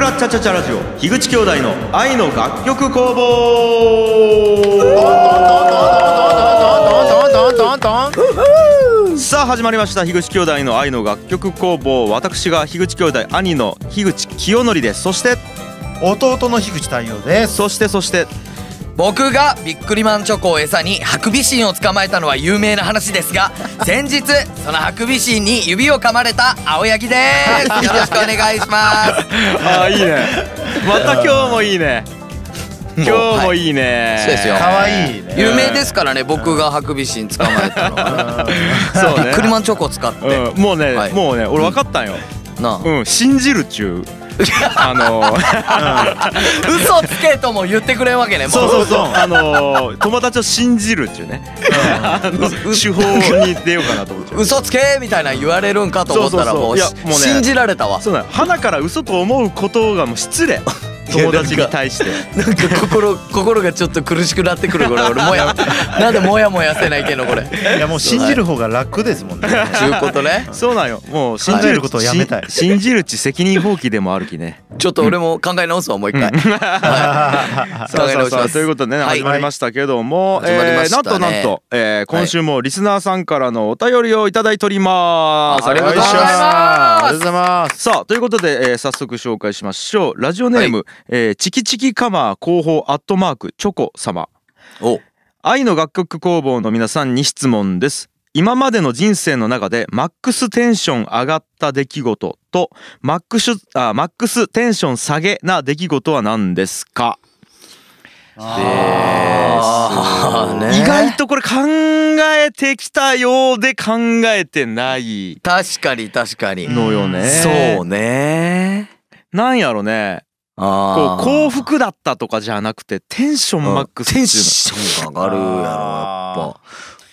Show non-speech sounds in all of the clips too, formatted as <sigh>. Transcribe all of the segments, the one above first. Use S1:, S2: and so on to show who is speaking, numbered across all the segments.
S1: ラチャチャチャラジオ樋口兄弟の愛の楽曲工房さあ始まりました樋口兄弟の愛の楽曲工房私が樋口兄弟兄の樋口清則ですそして
S2: 弟の樋口太陽です。
S1: そしてそして
S3: <laughs> 僕がビックリマンチョコを餌にハクビシンを捕まえたのは有名な話です <laughs> が先日そのハクビシンに指を噛まれた青柳 <laughs> ですよろしくお願いします
S1: ああいいね <laughs> また今日もいいね今日もいいね、
S3: そうですよ
S2: 可愛いね。
S3: 有名ですからね僕がハクビシン捕まえたのはね
S1: <laughs> そう
S3: <laughs> ビックリ
S1: ね
S3: マンチョコを使って、
S1: うん、もうね、
S3: はい
S1: もうね俺分かったんよ、
S3: なあ
S1: うん、信じるっちゅうあのー、
S3: 嘘つけとも言ってくれんわけねもう
S1: そうそうそう <laughs> あのー、友達を信じるっちゅうね、あの手法に出ようかなと思っちゃう
S3: 嘘つけみたいな言われるんかと思ったらもう
S1: そうそうそういやもうね
S3: 信じられたわ
S1: そうなの花から嘘と思うことがもう失礼友達に対して
S3: <laughs> なんか心心がちょっと苦しくなってくるこれ俺もやなんでモヤモヤせないけんのこ <laughs> れちゅ
S2: いやもう信じる方が楽ですもんね。
S3: うことね
S1: そうなんよもう信じ
S2: 考え
S1: る
S2: ることをやめたい
S1: し信じるっち責任放棄でもあるきね
S3: ちょっと俺も考え直すわもう一回、はい、
S1: そうそうそう
S3: 考え直します
S1: ということでね、
S3: はい
S1: 始まりましたけども、
S3: 始まりましたね
S1: えーなんとなんと、えー、今週もリスナーさんからのお便りをいただいております、
S3: ありがとうございます
S2: ありがとうございます。
S1: さあということで、えー早速紹介しましょうラジオネーム、えーチキチキカマー広報アットマークチョコ様
S3: お
S1: 愛の楽曲工房の皆さんに質問です今までの人生の中でマックステンション上がった出来事とマックスあマックステンション下げな出来事は何ですか、
S3: あーね
S1: 意外とこれ考えてきたようで考えてない
S3: 確かに確かに、
S1: のよね、
S3: そうね
S1: なんやろねこ
S3: あ
S1: う幸福だったとかじゃなくてテンションマックスって
S3: テ
S1: いう
S3: ン
S1: の
S3: ション上がるやろやっぱ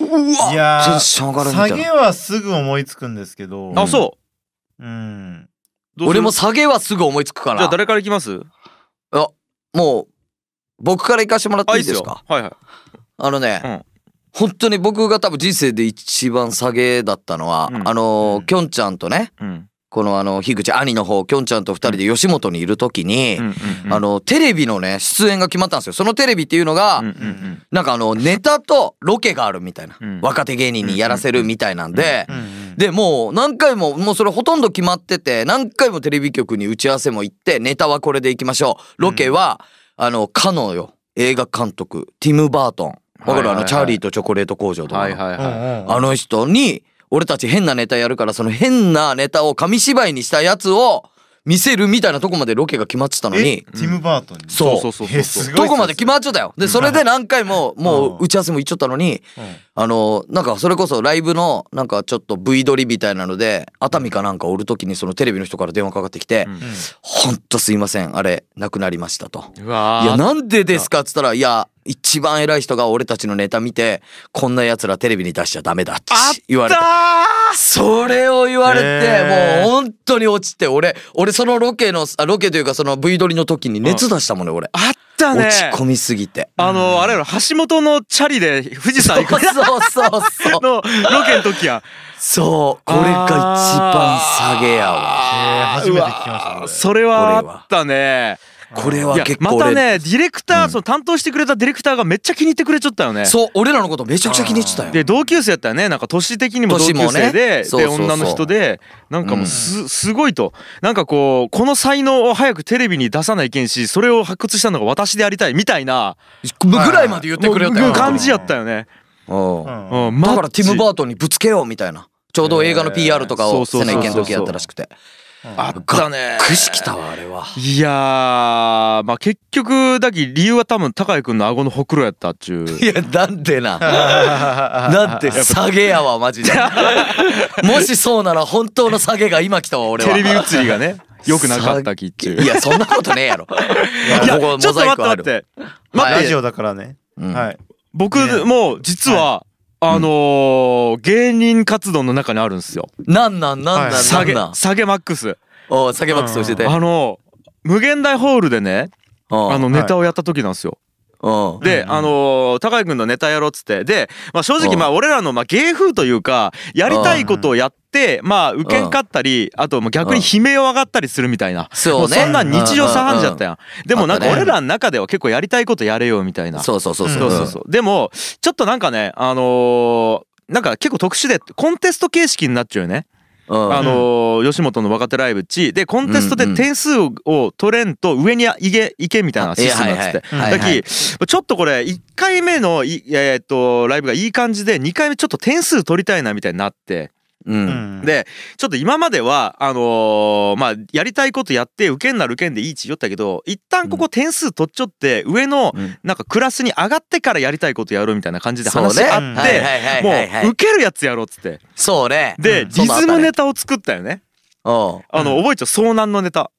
S2: いうや
S3: わ
S2: ー
S3: テンション上がるみた
S2: 下
S3: いな
S2: げはすぐ思いつくんですけど。。
S1: あ、そう
S2: うん。
S1: う。どうする
S3: 俺も下げはすぐ思いつくから
S1: じゃあ誰から行きます？
S3: あもう僕から行かしてもらって
S1: あ
S3: いいですか
S1: よはいはい。
S3: あのね、
S1: うん
S3: 本当に僕が多分人生で一番下げだったのは、
S1: うん
S3: あの
S2: う
S3: ー
S2: ん
S3: きょんちゃんとね
S1: うん。
S3: このあの樋口兄の方きょんちゃんと二人で吉本にいる時に、
S1: うんうん
S3: あのテレビのね出演が決まったんですよそのテレビっていうのが、
S1: うんうん
S3: なんかあのネタとロケがあるみたいな、
S1: うん
S3: 若手芸人にやらせるみたいなんで、
S2: うん。
S3: でもう何回ももうそれほとんど決まってて何回もテレビ局に打ち合わせも行ってネタはこれでいきましょうロケは、あのかのよ映画監督ティム・バートンわか
S1: はい
S3: る
S1: は
S3: あ
S1: いはい
S3: のチャーリーとチョコレート工場と
S1: はい
S3: か
S1: はい
S2: うんう
S1: は
S2: んうん
S3: あの人に俺たち変なネタやるからその変なネタを紙芝居にしたやつを見せるみたいなとこまでロケが決まってたの
S2: え
S3: に
S2: ティムバートンに。
S1: い。
S3: そう
S1: そうそう
S2: え
S1: そう
S2: す
S1: そ
S2: ご
S1: う。
S2: い
S3: どこまで決まっちゃったよでそれで何回ももう打ち合わせも行っちゃったのにあのなんかそれこそライブのなんかちょっと V 撮りみたいなので熱海かなんかおる時にそのテレビの人から電話かかってきて
S1: うん
S2: うん。
S3: 「ほんとすいませんあれなくなりました」と。
S1: うわ
S3: いや
S1: ー
S3: なんでですかっつったら「いや一番偉い人が俺たちのネタ見てこんな奴らテレビに出しちゃダメだ」って言われて
S1: あっ
S3: それを言われ
S2: へ
S3: て
S2: ー
S3: もう本当に落ちて俺俺そのロケのあロケというかその V 撮りの時に熱出したもんね俺
S1: たーあったね
S3: 落。ち込みすぎて。
S1: あのあれやろ橋本のチャリで富士
S3: そ
S1: 山
S3: う
S1: 行く
S3: <laughs> そうそうそう。
S1: のロケの時や。
S3: そう、これが一番下げやわ。
S1: あー
S2: えー初めて聞きました
S1: うわー
S2: これ
S1: それはあったね。
S3: これ
S1: い
S3: は
S1: や
S3: 結
S1: ま
S3: 構俺、
S1: たねディレクター
S3: うん
S1: その担当してくれたディレクターがめっちゃ気に入ってくれちゃったよね。
S3: そう、俺らのことめちゃくちゃ気に入ってたよ。
S1: で同級生やったよねなんか年的にも同級
S3: 年も
S1: 生
S3: ね
S1: で、
S3: そう
S1: で
S3: そうそう
S1: 女の人でなんかもうす,、すごいとなんかこうこの才能を早くテレビに出さないけんしそれを発掘したのが私でありたいみたいな
S3: ぐらいまで言ってくれよった
S1: もう
S3: よ。
S1: 感じやったよね、
S3: うん
S2: うん
S1: う
S2: うん
S1: ん、
S3: だからティム・
S1: ー
S3: バートンにぶつけようみたいな。ちょうど映画の PR とか
S1: えー
S3: を
S1: そうそう
S3: せ
S1: そうそ
S3: な
S1: う
S3: いけん時やったらしくて。
S1: あったね
S3: くしきたわ、あれは。
S1: いやーまあ結局だき理由は多分高井君の顎のほくろやったっちゅ
S3: <laughs>
S1: う
S3: いや、なんでな。なんで下げやわ、マジで。もしそうなら本当の下げが今来たわ、俺は。
S1: テレビ映りがね良くなかったきっちゅう
S3: いや、そんなことねえやろ。
S1: いや
S3: ここ
S1: ちょっと待って
S3: モザイクあ
S1: 待っ
S3: る
S1: て
S3: はい
S2: ラジオだからね。
S3: うん
S2: はい。
S1: 僕
S2: ね
S1: も実は、あのー芸人活動の中にあるんですよ
S3: なんなんなん
S2: は
S3: なん
S2: い
S3: な
S1: 下
S3: ん
S1: げ
S3: なん。
S1: 下げマックス
S3: お下げマックス教えて。
S1: あの無限大ホールでね
S3: あ
S1: あの
S2: はい
S1: ネタをやった時なんですよ、
S3: うん。
S1: で、
S2: うんうん
S1: あのー高井君のネタやろうっつってで、まあ、正
S3: う
S1: 直
S3: ん
S1: まあ俺らのまあ芸風というかやりたいことをやってまあ受けんかったりあともう逆に悲鳴を上がったりするみたいな。も
S3: そううね。
S1: そんなん日常茶飯事だったやん、でもなんか
S3: あったね
S1: 俺らの中では結構やりたいことやれよみたいな
S3: そうそうそう
S1: そうそうそう。でも、ちょっとなんかね、あのーなんか結構特殊でコンテスト形式になっちゃうよね、
S3: うん。
S1: あのー吉本の若手ライブっちでコンテストで点数を取れんと上にいけいけみたいなシステムになってて、
S2: えはいはい
S1: だき、ちょっとこれ1回目のいえーっとライブがいい感じで2回目ちょっと点数取りたいなみたいになって、
S3: うん。
S1: でちょっと今まではあのーまあやりたいことやって受けんなら受けんでいいちよったけど一旦ここ点数取っちゃって上の
S3: うん
S1: なんかクラスに上がってからやりたいことやろうみたいな感じで話
S3: そうね
S1: あっ
S2: はい
S1: て。
S3: はいはい
S1: も
S3: はいはいう
S1: 受けるやつやろうっつって
S3: そうね。
S1: で、
S2: うん
S1: リズムネタを作ったよね
S3: うん。
S1: あの、
S2: うん
S1: 覚えちゃう遭難のネ
S3: <laughs>
S1: タ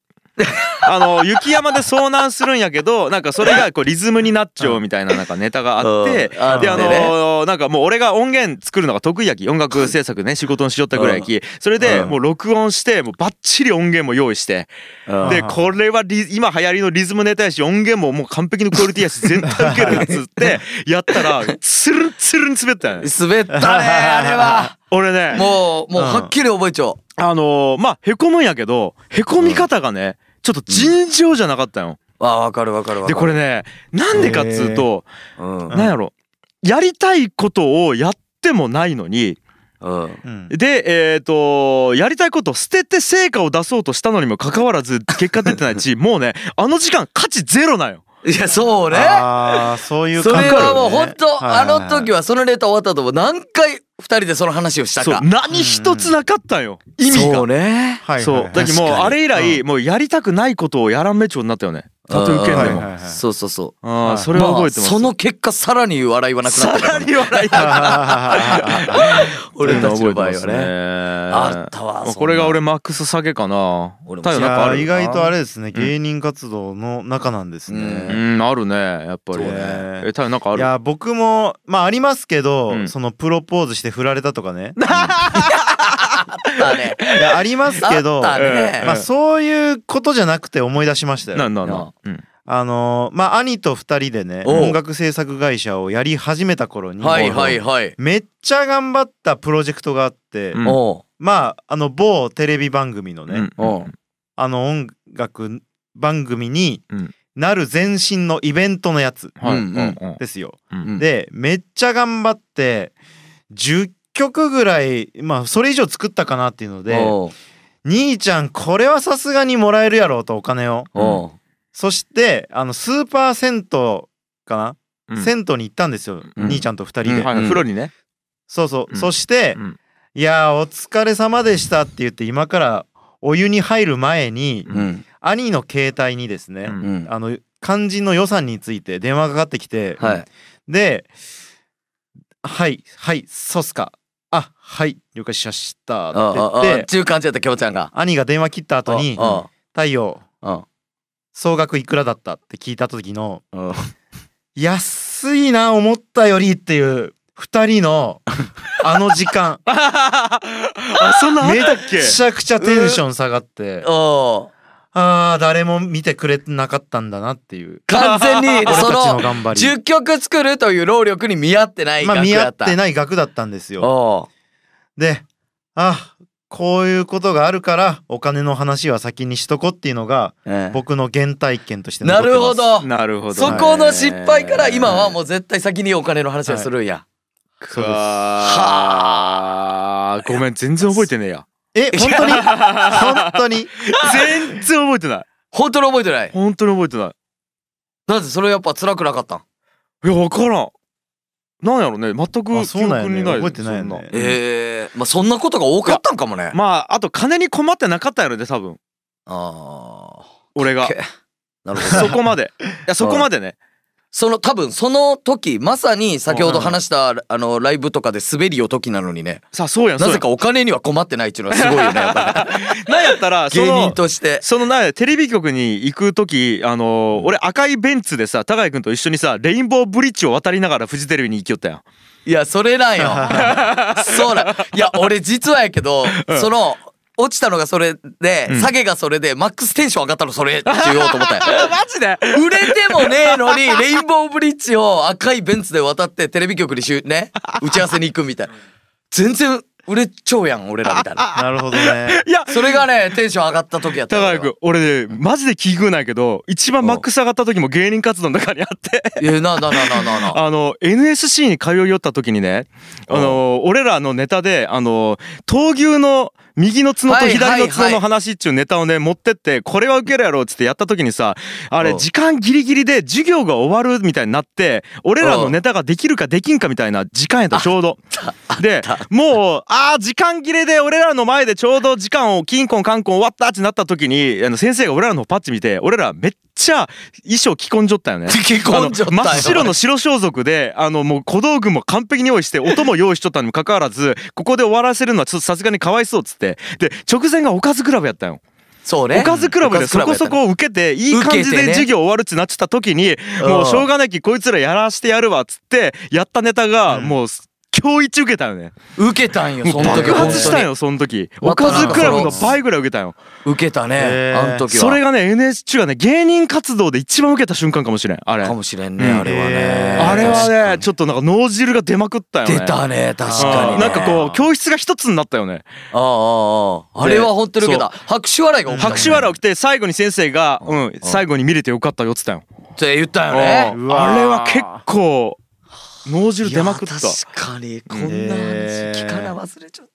S1: あの雪山で遭難するんやけどなんかそれがこうリズムになっちゃうみたいななんかネタがあって
S3: うんあ
S1: であ
S3: のね
S1: のーなんかもう俺が音源作るのが得意やき音楽制作ね仕事にしよったぐらいやきそれで
S3: うん
S1: もう録音してもうバッチリ音源も用意して
S3: うん
S1: で
S2: うん
S1: これはリ今流行りのリズムネタやし音源ももう完璧のクオリティや
S3: <laughs>
S1: し全体受けるやつってやったらツルンツルン滑ったよね
S3: 滑ったね、
S1: <laughs>
S3: あれは。
S1: 俺ね
S3: もう、もう
S2: うん
S3: はっきり覚えちゃお
S1: あのーまあへこむんやけどへこみ方がねちょっと尋常じゃなかったよ
S3: う。あ、わかるわかるわか
S1: で
S3: る。
S1: これねなんでかっつうと
S3: うん。
S1: なんやろやりたいことをやってもないのに
S3: うん。
S2: うん
S1: でえっ、とやりたいことを捨てて成果を出そうとしたのにもかかわらず結果出てないしもうねあの時間価値ゼロなん
S3: <laughs>
S1: よ。
S3: いや、そうね。
S2: ああそういう
S3: そ
S2: 感
S3: れ
S2: 覚
S3: はもう本当、
S2: はいは
S3: あ
S2: いはい
S3: の時はそのレター終わったとも何回二人でその話をした
S1: そう
S3: か。
S1: 何一つなかったんよ意味
S3: そ
S1: が
S3: う。ね。
S2: はいはい
S1: そう
S2: はい
S1: だけどもう
S3: 確かに
S1: あれ以来 <laughs>
S2: う
S1: もうやりたくないことをやらんめちょになったよね。たと受けんで
S2: うん
S1: も。
S2: はいはい
S1: あ
S2: はい
S3: そうそうそ
S1: あ
S3: う。
S1: ー
S2: はい
S1: それは覚えて
S3: ま
S1: ます。
S3: あその結果さらに笑いはなくなった
S1: さ
S3: から
S1: に笑いた
S3: 俺たちの場合はね。
S1: あ
S3: あったわそんな
S1: これが俺マックス下げかな。
S3: 俺も
S1: 太陽
S2: い
S1: なんかあ
S2: や
S1: る
S2: 意外とあれですね、
S1: うん
S2: 芸人活動の中なんですね。
S3: うん
S1: うんあるねやっぱり
S2: そうね。
S1: え太陽なんかあ
S2: い
S1: る。
S2: や僕もまあありますけど、
S1: うん
S2: そのプロポーズして振られたと
S1: <laughs>
S2: かね
S3: だね。
S2: いやありますけど
S3: あった
S1: う
S3: ね
S1: ん。
S2: まあ、そういうことじゃなくて思い出しました
S1: な
S2: よ。
S1: んなん
S3: な
S1: な。うん
S2: あのーまあ兄と二人でね
S3: おう
S2: 音楽制作会社をやり始めた頃に、
S3: はいはいはい。
S2: めっちゃ頑張ったプロジェクトがあって、
S1: うん
S3: お
S2: まああの某テレビ番組のね、
S1: うん
S3: うおう
S2: あの音楽番組に
S1: うん
S2: なる前身のイベントのやつ
S1: はい
S3: うんうん
S1: うん
S2: ですよ。
S1: うん。
S2: でめっちゃ頑張って10曲ぐらいまあそれ以上作ったかなっていうので
S3: おう
S2: 兄ちゃんこれはさすがにもらえるやろうとお金を
S3: おう
S2: そしてあのスーパー銭湯かな、
S1: うん
S2: 銭湯に行ったんですよ、
S1: うん
S2: 兄ちゃんと2人で、
S1: うんはいはい
S3: うん
S1: 風呂にね。
S2: そうそう、
S1: うん
S2: そして、
S1: うん
S2: いやーお疲れ様でしたって言って今からお湯に入る前に、
S3: うん
S2: 兄の携帯にですね
S1: う、
S3: うん。
S2: あの肝心の予算について電話がかかってきて、
S3: はい。
S2: で、はい、はい、そうっすか。あ、はい、了解しました。って
S3: ああああ
S2: 言っ
S3: あ
S2: て、
S3: 中間じゃったきょうちゃんが。
S2: 兄が電話切った後に、
S3: あ
S2: 太陽、
S3: あ
S2: 総額いくらだったって聞いた時の、
S3: あ
S2: 安いな、思ったよりっていう、二人
S3: <laughs>
S2: の、あの時間、
S1: あそんなあったっけ
S2: め。ちゃくちゃテンション下がって、
S3: おう
S2: あー、誰も見てくれてなかったんだなっていう、
S3: 完全に
S2: 俺たち
S3: そ
S2: の
S3: の
S2: 頑張り。
S3: 10曲作るという労力に見合ってない
S2: まあ、
S3: 額
S2: 見合
S3: だっ。
S2: ったてない額だったんですよ。
S3: お
S2: で、あ、こういうことがあるから、お金の話は先にしとこっていうのが、
S3: うええ
S2: 僕の原体験として残って
S3: な
S2: ます。
S3: るほ。ど。
S1: なるほど。
S3: そこの失敗から今はもう絶対先にお金の話をするんや。
S2: そうです
S1: はあごめん全然覚えてねえや
S2: え、本当に本当に
S1: <laughs> 全然覚えてない
S3: 本当に覚えてない。
S1: 本当に覚えてな
S3: なぜそれやっぱ辛くなかったん
S1: いいや分からんなんやろね全く
S2: あ
S1: 記
S2: そ
S1: 憶
S2: うなんやね
S1: にない
S2: 覚えてないよね
S1: そん
S2: うん
S3: ええまあそんなことが多かったんかもね。
S1: まああと金に困ってなかったやろね多分
S3: あ
S1: 俺
S3: あ
S1: が。
S2: <laughs>
S3: なるほど。
S1: そこまでいやそこまでね
S3: その多分その時まさに先ほど話したあのライブとかで滑りよ時なのにね
S1: さあそうやんそ
S3: な
S1: うや
S3: ぜ
S1: ん
S3: かお金には困ってないっていうのはすごいよねやっぱ
S1: なんやったら
S3: <laughs> り
S1: そ
S3: 芸人
S1: の
S3: として
S1: そのなテレビ局に行く時あのー俺赤いベンツでさ高井君と一緒にさレインボーブリッジを渡りながらフジテレビに行きよったやん <laughs>
S3: <laughs> いやそれなんよそうなんいや俺実はやけどその落ちたのがそれで、
S1: うん
S3: 下げがそれで、マックステンション上がったのそれって言おうと思ったよ。
S1: マジで
S3: 売れてもねえのに、レインボーブリッジを赤いベンツで渡ってテレビ局にしゅね、打ち合わせに行くみたいな。全然売れちゃうやん、俺らみたいな。
S2: なるほど
S1: <laughs>
S2: ね。
S1: いや
S3: それがね、テンション上がった時やった。
S1: 高橋君俺ねマジで奇遇ないけど一番マックス上がった時も芸人活動の中にあって
S3: 君。え、な、な、な、な、な、な。
S1: あの NSC に通い寄った時にねあの俺らのネタであの闘牛の右の角と左の角の話っちゅうネタをね持ってってこれは受けるやろうっつってやった時にさあれ
S3: うん
S1: 時間ギリギリで授業が終わるみたいになって俺らの
S3: うん
S1: ネタができるかできんかみたいな時間やったちょうど。でもうあー時間切れで俺らの前でちょうど時間をキンコンカンコン終わったってなった時にあの先生が俺らのパッチ見て俺らめっちゃ衣装着込んじょったよ <laughs> ね。
S3: 結婚状
S1: あ
S3: 態。
S1: の真っ白の白装束であのもう小道具も完璧に用意して音も用意しとったにもかかわらずここで終わらせるのはちょっとさすがにかわいそうっつってで直前がおかずクラブやったよ
S3: そうね。
S1: おかずクラブでそこそこ受けていい感じ
S3: 受け
S1: で
S3: てね
S1: 授業終わるってなってた時にもうしょうがないきこいつらやらしてやるわっつってやったネタが
S2: うん
S1: もう今日一受けたよね
S3: 受けたんよ、
S1: も
S3: そうの時
S1: 爆
S3: 本
S1: 発し
S3: 当
S1: た
S3: に。
S1: よその時
S3: ま
S1: お
S3: た
S1: かずクラブ
S3: なんか
S1: の
S3: その
S1: 倍ぐらい受けたよ
S3: 受けたね
S2: へ、ー
S3: あの時は。
S1: それがね NHK がね芸人活動で一番受けた瞬間かもしれんあれ
S3: かもしれんね、
S1: うん
S3: あれはね、
S2: へー
S1: あれは
S3: 確か
S1: ね
S3: に
S1: ちょっとなんか脳汁が出まくったよね
S3: 出たね、確かに、
S1: あ
S3: ね。
S1: ーなんかこう教室が一つになったよね
S3: あああああれは本当に受けた拍手笑いが起きた
S1: 拍手笑い起きて最後に先生が「うん最後に見れてよかったよ」っつったよ
S3: って言ったよ
S1: あ
S3: ね
S2: うわー
S1: れは結構脳汁出まくっ
S3: いや
S1: た
S3: 確かにこんな話聞かな忘れちゃっ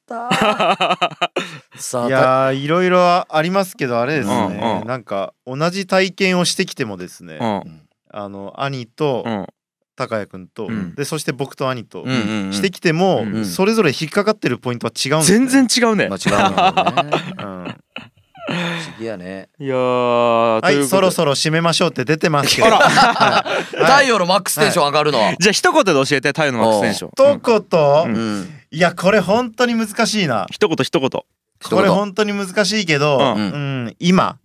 S3: たさあ
S2: いやーいろいろありますけどあれですね、
S1: うんうん
S2: なんか同じ体験をしてきてもですね、
S1: うん
S2: あの兄と
S1: うん
S2: 高谷君と、
S1: うん
S2: でそして僕と兄と、
S3: うんうんうん
S2: してきても、
S1: うん
S2: それぞれ引っかかってるポイントは違うんです、ね、
S1: 全然違うね
S3: まあ違うの
S2: う
S3: よね
S2: ん
S3: 不思議や <laughs> ね
S1: いやー
S2: はいそろ
S1: ろ
S2: そろ締めましょうって出てますけど
S3: 太陽のマックステンション上がるのは
S1: じゃあ一言で教えて太陽のマックステンション
S2: 一言、
S1: うん
S3: うん
S2: いやこれ本当に難しいな
S1: 一言一言
S3: 一
S2: これ
S3: 言
S2: 本当に難しいけど、
S1: うん
S2: うん今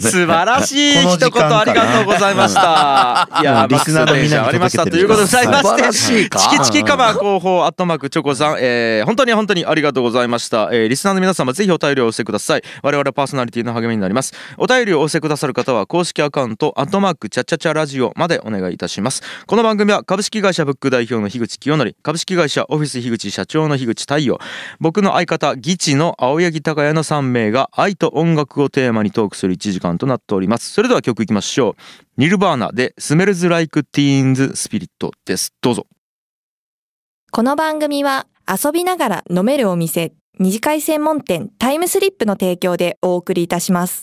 S1: 素晴らしい
S2: この
S1: 一
S2: 時
S1: 言
S2: 間かな
S1: ありがとうございました。いやー、
S2: リスナーのみ
S1: マックステン
S2: んなに届けてる
S1: ションありましたということでございま
S3: 素晴ら
S1: し
S3: しい
S1: て、
S3: か
S1: チキチキカバー広報アットマークチョコさん、えー本当に本当にありがとうございました。えーリスナーの皆様ぜひお便りをお寄せください。我々パーソナリティの励みになります。お便りをお寄せくださる方は公式アカウントアットマークチャチャチャラジオまでお願いいたします。この番組は株式会社ブック代表の樋口清則、株式会社オフィス樋口社長の樋口太陽、僕の相方ギチの青柳高也の3名が愛と音楽をテーマにトークする1時間となっておりますそれでは曲いきましょうニルバーナで「スメルズ・ライク・ティーンズ・スピリット」ですどうぞ
S4: この番組は遊びながら飲めるお店、二次会専門店タイムスリップの提供でお送りいたします。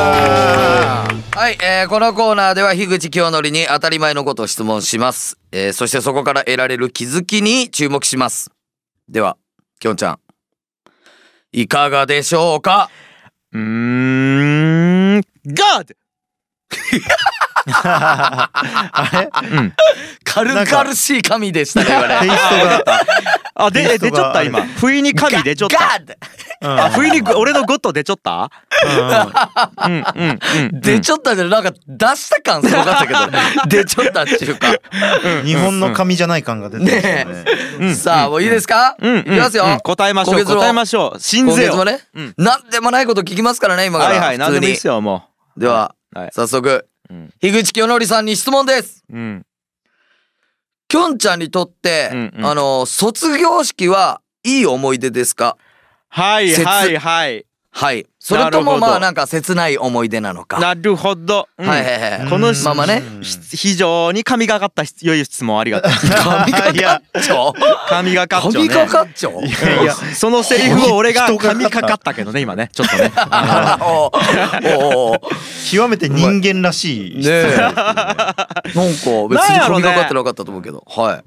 S3: はい、えーこのコーナーでは樋口清則に当たり前のことを質問します、えーそしてそこから得られる気づきに注目しますではきょんちゃんいかがでしょうか
S1: うーんガード
S2: あれ
S1: うん
S3: 軽々しい神でしたね今
S2: テイ
S3: ね
S2: ストが
S1: あで
S2: テイスト
S1: 出
S2: が
S1: ちょった今不意に神出ちょった
S3: ガッ
S1: あ不意に俺のゴッド出ちょった
S2: う
S1: うんうんうんうん
S3: 出ちょったじゃなんか出した感すごかったけど出ちょったっていうか
S2: ん日本の神じゃない感が出てますよね。
S1: うん
S3: さあもういいですか
S1: うんうん
S3: いきますよ
S1: うん答えましょ
S3: 今
S1: う
S3: 月も
S1: 答えましょう信
S3: 今
S1: ぜよ
S3: 月もね
S1: うん
S3: 何でもないこと聞きますからね今か
S1: はいは
S3: ら
S1: い何
S3: 普
S1: でもい
S3: 通
S1: い
S3: に
S1: ですよも
S3: では
S1: うはい
S3: 早速
S1: うん
S3: 樋口清則さんに質問です
S1: うん
S3: きょんちゃんにとって、
S1: うんうん
S3: あの、卒業式はいい思い出ですか
S1: はい
S3: 節
S1: はいはい
S3: はい。それ
S1: なる
S3: と
S1: ほど
S3: も、まあ、なんか切ない思い出なのか。
S1: なるほど、うん
S3: はいはいはい。
S1: この
S3: まあまあね
S2: うん
S1: ひ非常に神がかった良い質問あり
S3: <laughs>
S1: がとう
S3: 神
S2: いや
S3: がかっ
S1: <laughs>
S3: ちょ
S1: 神がかっちょね
S3: 神がかっちょ
S1: いやそのセリフを俺
S3: <laughs>
S1: が
S2: 人がか
S1: 神
S2: った
S1: かかったけどね今ねちょっとね
S3: おうおうおう
S2: 極めて人間らしい質問ですよね。
S3: なんか別
S1: なん
S3: に
S1: やろね
S3: 神がかってなかったと思うけど。は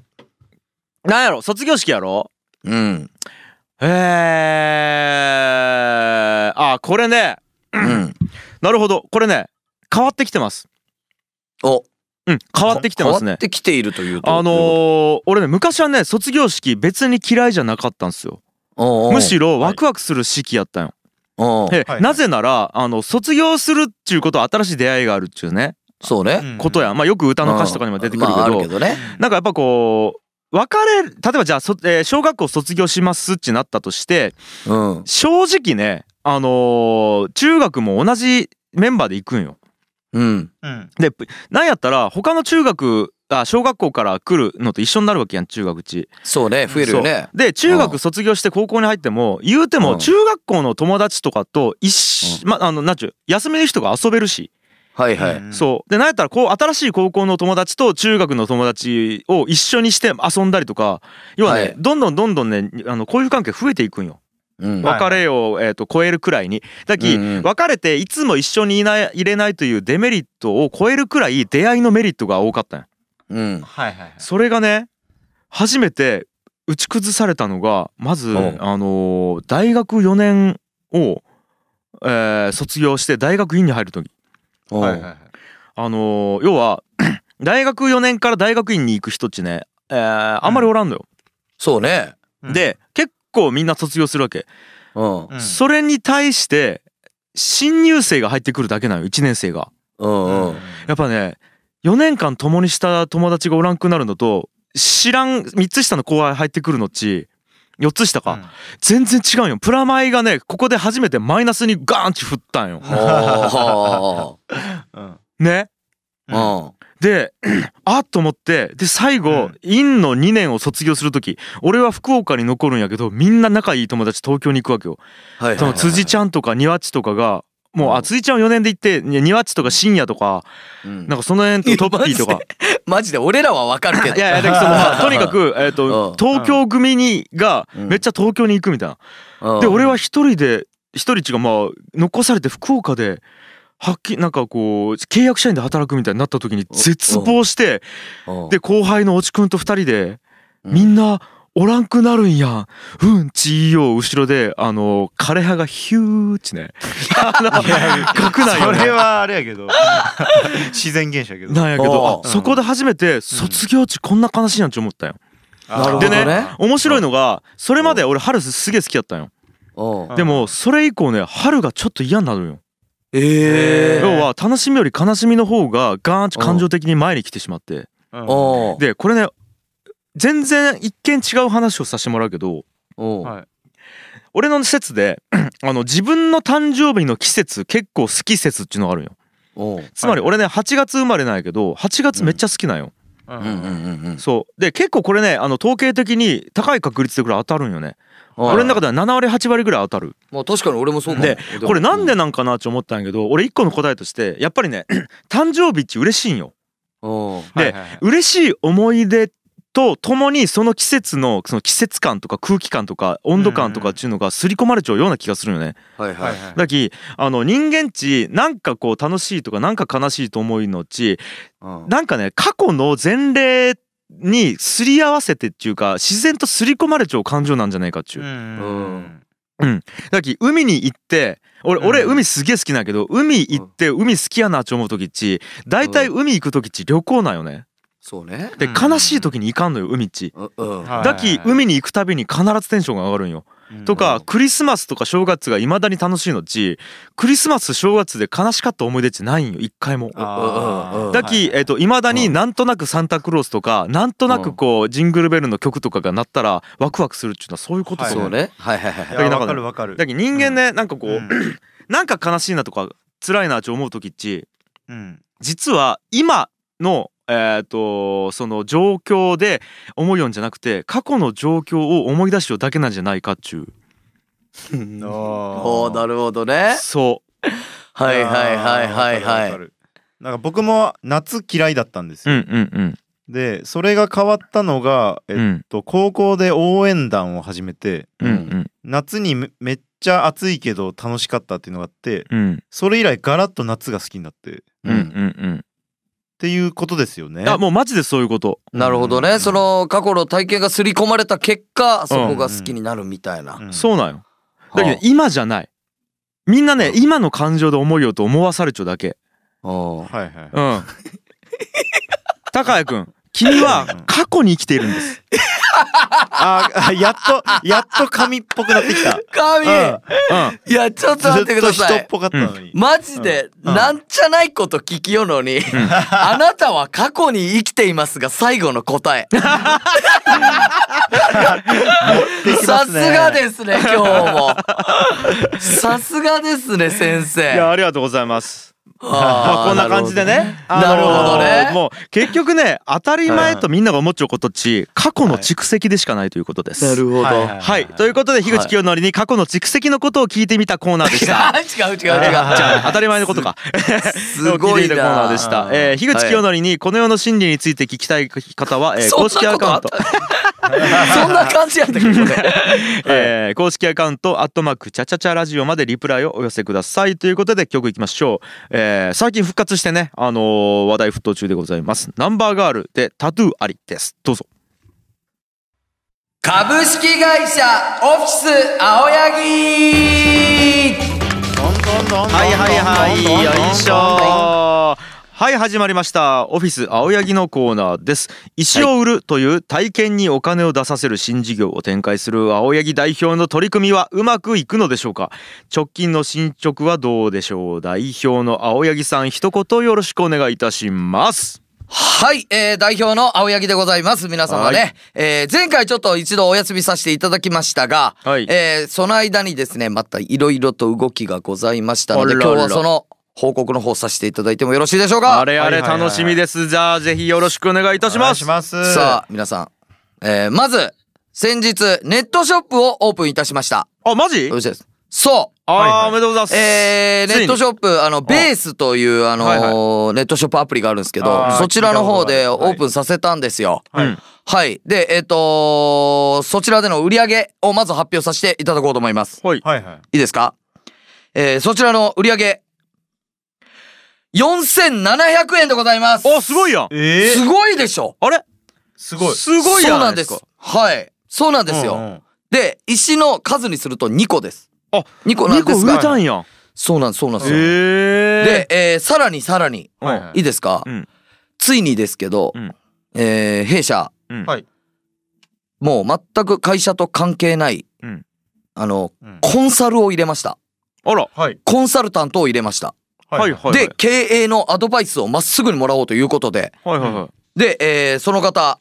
S1: なんやろ卒業式やろ
S3: い。うん。
S1: えー、あこれね
S3: うん。
S1: なるほどこれね変わってきてます
S3: お
S1: うん変わってきてます
S3: 変わ
S1: ね
S3: ってきているというと
S1: あのー俺ね昔はね卒業式別に嫌いじゃなかったんですよ
S3: おうおう
S1: むしろワクワクする式やったんよ、
S3: おう
S1: で
S2: はい
S1: なぜならあの卒業するっちゅうことは新しい出会いがあるっちゅうね
S3: そうね
S2: うん
S1: ことやんまあよく歌の歌詞とかにも出てくるけど,、
S3: まあ、あるけどね
S1: なんかやっぱこう別れ例えばじゃあ、そえー小学校卒業しますってなったとして
S3: うん
S1: 正直ねあのー中学も同じメンバーで行くんよ。
S3: うん
S2: うん
S1: でぷなんやったら他の中学あ小学校から来るのと一緒になるわけやん中学ち。
S3: そうね増えるよね
S1: で中
S3: うん
S1: 学卒業して高校に入っても言うて
S3: う
S1: も
S3: ん
S1: 中学校の友達とかと一緒、まあのなんちゅう休みの日とか遊べるし、
S3: はいはい、
S2: うん
S1: そうでなんやったらこう新しい高校の友達と中学の友達を一緒にして遊んだりとか要はね、
S3: はい
S1: どんどんどんどんねあの交友関係増えていくんよ。
S3: うん
S2: はい
S1: 別れを、えー、と超えるくらいにだき、
S3: うんうん
S1: 別れていつも一緒にいない入れないというデメリットを超えるくらい出会いのメリットが多かったんや
S3: うん
S2: はいはいはい
S1: それがね初めて打ち崩されたのがまず、
S3: うん
S1: あのー大学4年を、えー卒業して大学院に入る時
S3: おう
S2: はいはいはい
S1: あのー要は <clears throat> 大学4年から大学院に行く人っちね、えーあんまりおらんのよ。
S3: そうね
S2: うん
S1: で結構みんな卒業するわけ、
S3: うん
S2: うん
S1: それに対して新入生が入ってくるだけなのよ1年生が。
S3: うんうん
S1: やっぱね4年間共にした友達がおらんくなるのと知らん3つ下の後輩入ってくるのっち4つ下か、
S2: うん
S1: 全然違うんよプラマイがねここで初めてマイナスにガーンって振ったんよ。 <laughs>
S3: お
S2: うん
S1: ね
S3: ーうん
S1: で <clears throat> あっと思ってで最後、
S2: うん
S1: 院の2年を卒業する時俺は福岡に残るんやけどみんな仲いい友達東京に行くわけよ。
S3: はいはい
S1: その辻ち
S3: ゃ
S1: ゃんとか庭地とかがもう
S3: うん
S1: あ辻ちゃんは4年で行ってに庭地とか深夜とか
S3: ん、うん
S1: なんかその辺とトッピーとか
S3: マジで俺らはわかるけど
S1: いやいやだけどそのまあとにかくえっ
S3: う
S1: と
S3: ん
S1: 東京組にが
S3: うん
S1: めっちゃ東京に行くみたいな。
S3: うん
S1: で俺は一人で一人っちがまあ残されて福岡で発揮なんかこう契約社員で働くみたいになった時に絶望して
S3: うん
S1: で後輩のおちくんと二人で
S3: うん
S1: みんなおらんくなるんやんうんちいよ後ろであの枯葉がヒューッちねあの書くないよ
S2: それ
S1: ね
S2: はあれやけ
S3: <laughs>
S2: ど自然現象やけど
S1: なんやけど
S3: お
S1: あそこで初めて卒業地こんな悲しいなんち思ったよ
S2: あー
S3: なるほどね
S2: でね
S1: 面白いのがそれまで俺春すげえ好きだったんよ
S3: うん
S2: うん
S1: でもそれ以降ね春がちょっと嫌になるんよ
S3: ええ
S2: ー
S1: 要は楽しみより悲しみの方がガーンと感情的に前に来てしまって
S2: うん
S3: お
S1: でこれね全然一見違う話をさせてもらうけど
S3: お
S2: はい
S1: 俺の説で <clears throat> あの自分の誕生日の季節結構好き説っていうのがあるんよ
S3: おう
S1: つまり俺ね8月生まれなんやけど8月めっちゃ好きなんよ、
S2: うん
S3: うんうんうんうん
S1: そうで結構これねあの統計的に高い確率でこれ当たるんよね俺の中では7割8割ぐらい当たる
S3: まあ確かに俺もそうかも
S1: でこれなんでなんかなって思ったんやけど俺一個の答えとしてやっぱりね <clears throat> 誕生日って嬉しいんよ
S3: お
S2: は
S3: う
S2: い
S1: で
S2: はいはい
S1: 嬉しい思い出とともにその季節のその季節感とか空気感とか温度感とかっていうのが刷り込まれちゃうような気がするよね。
S3: はい
S2: は
S3: はいい
S2: はい
S1: だきあの人間っちなんかこう楽しいとかなんか悲しいと思いのうち
S3: うん
S1: なんかね過去の前例にすり合わせてっていうか自然と刷り込まれちゃう感情なんじゃないかっちゅう。
S2: うん
S1: だき海に行って俺俺
S2: うん
S1: 海すげえ好きなんやけど海行って海好きやなって思う時っち大体海行く時っち旅行なんよね。
S3: そうね
S1: で
S2: うん
S1: 悲しい時に行かんのよ海っち。
S3: うんうん
S2: はい
S1: だき海に行くたびに必ずテンションが上がるんよ。と
S3: う
S1: か
S3: ん
S1: クリスマスとか正月がいまだに楽しいのっちクリスマス正月で悲しかった思い出ってないんよ一回も。
S2: あー
S3: うんうんうん
S1: だきえっといまだになんとなくサンタクロースとかなんとなくこうジングルベルの曲とかが鳴ったらワクワクするっていうのはそういうことだ
S3: そ
S1: よ
S3: う
S1: ね。
S3: ねはいはいはい
S2: い
S3: はい
S1: だけ
S2: や
S1: ど
S2: わかるわかる
S1: だき人間ねなんかこ
S2: う
S1: うんなんか悲しいなとか辛いなって思う時っち
S2: うん
S1: 実は今のえっとその状況で思うようんじゃなくて過去の状況を思い出しようだけなんじゃないかっちゅう。
S3: おおな
S2: る
S3: るほどね
S1: そう
S3: はいはいはいはいはい
S2: なんか僕も夏嫌いだったんです
S1: うん
S2: よ、
S1: うん
S2: でそれが変わったのが、え
S1: う
S2: っ
S1: んうん
S2: と高校で応援団を始めて
S1: うんうん
S2: 夏にめめっちゃ暑いけど楽しかったっていうのがあって
S1: うん
S2: それ以来ガラッと夏が好きになってっ
S1: うんうん
S2: ていうことですよね
S1: うんあもうマジでそういうこと
S3: なるほどねその過去の体験が刷り込まれた結果そこが好きになるみたいな
S2: うん
S1: そうなんよだけ
S3: は
S1: ど今じゃないみんなね今の感情で思いよと思わされちゃうだけ
S3: お
S2: はいはい
S1: うん高谷君君は過去に生きているんです
S2: あーあやっ
S1: <laughs>
S2: とやっと神っぽくなってきた
S3: 神、
S2: う
S1: うん
S3: いやちょっと待っ
S2: んず
S3: て
S2: っ
S3: く
S2: と
S3: だ
S2: 人
S3: さ
S2: っ
S3: い
S2: ぽかったのに
S3: マジで、
S2: うんうん
S3: なんちゃないこと聞きよのに、あなたは過去に生きていますが最後の答えさすがですね今日もさすがですね先生
S1: いやありがとうございますま
S3: あ
S1: あ
S3: ー
S1: こんな感じでね
S3: なるほど
S1: あ
S3: ね
S1: のーもう結局ね当たり前とみんなが思っちゃうことっち過去の蓄積でしかないということです、
S3: なるほど、
S2: はいは
S1: はいということで樋口清則に過去の蓄積のことを聞いてみたコーナーでした
S3: 違う違う違う
S1: えーじゃあ当たり前のことか
S3: すごい
S1: のコーナーで
S3: な
S1: した。えー、樋口清則にこの世の真理について聞きたい方は、えー
S3: そん
S1: 公
S3: な
S1: 式アカウント
S3: こ、そんな感じやったっけどね
S1: えー公式アカウント、アットマーク、チャチャチャラジオまでリプライをお寄せください。ということで曲いきましょう。えー、最近復活してね、あのー話題沸騰中でございます。ナンバーガールでタトゥーありです。どうぞ。
S3: 株式会社オフィス青柳
S1: はいはいはい、よいしょ
S2: は
S1: ー。はい始まりましたオフィス青柳のコーナーです石を売るという体験にお金を出させる新事業を展開する青柳代表の取り組みはうまくいくのでしょうか直近の進捗はどうでしょう代表の青柳さん一言よろしくお願いいたします
S3: はい、えー、代表の青柳でございます。皆様ね、
S1: は
S3: えー、前回ちょっと一度お休みさせていただきましたが、
S1: はい
S3: えー、その間にですね、またいろいろと動きがございましたので、
S1: あらら
S3: 今日はその報告の方させていただいてもよろしいでしょうか
S1: あれあれ
S2: はいはいはい
S1: 楽しみですじゃあぜひよろしくお願いいたし
S2: お願
S1: ま
S2: い
S1: す
S2: します
S3: さあ、皆さん、えー、まず、先日、ネットショップをオープンいたしました。
S1: あマジ
S3: よろしいです。そう
S1: あーおめでとうございます
S3: えー、ネットシ
S1: ョ
S3: ョップ、あの、ベースという、あのー
S1: はいは
S3: ネットショップアプリがあるんですけど
S2: あ、ー
S3: そちらの方
S2: 聞い
S3: で
S2: た
S3: オ
S2: ことある
S3: ープンさせたんですよ。
S1: はい
S2: うん
S3: はい。で、えっ、とそちらでの売り上げをまず発表させていただこうと思います。
S1: はい
S2: はいはい
S3: いいですかえー、そちらの売り上げ、4700円でございます。
S1: おすごいやん
S2: え
S3: す
S2: ー
S3: ごいでしょ
S1: あれ
S2: すごい
S1: すごいや
S3: そうなんです
S1: か。
S3: はい。そうなんですよ。
S2: うんうん
S3: で、石の数にすると2個です。
S1: あ
S3: 2個な
S1: 2
S3: んで
S1: 個
S3: す
S1: 増え
S3: が、
S1: たんやん
S3: そうなんです、そうなんですよ。
S1: え
S3: で、えーさらにさらに、
S1: うん
S2: はいはい
S3: いですか、
S1: うん
S3: ついにですけど、
S1: うん
S3: えー弊社、
S1: うん
S2: はい
S3: もう全く会社と関係ない、
S1: うん
S3: あの、
S2: うん
S3: コンサルを入れました。
S1: あら
S2: はい
S3: コンサルタントを入れました。
S1: はいはい
S3: で、経営のアドバイスをまっすぐにもらおうということで、
S1: はいはいはい
S3: で、えーその方、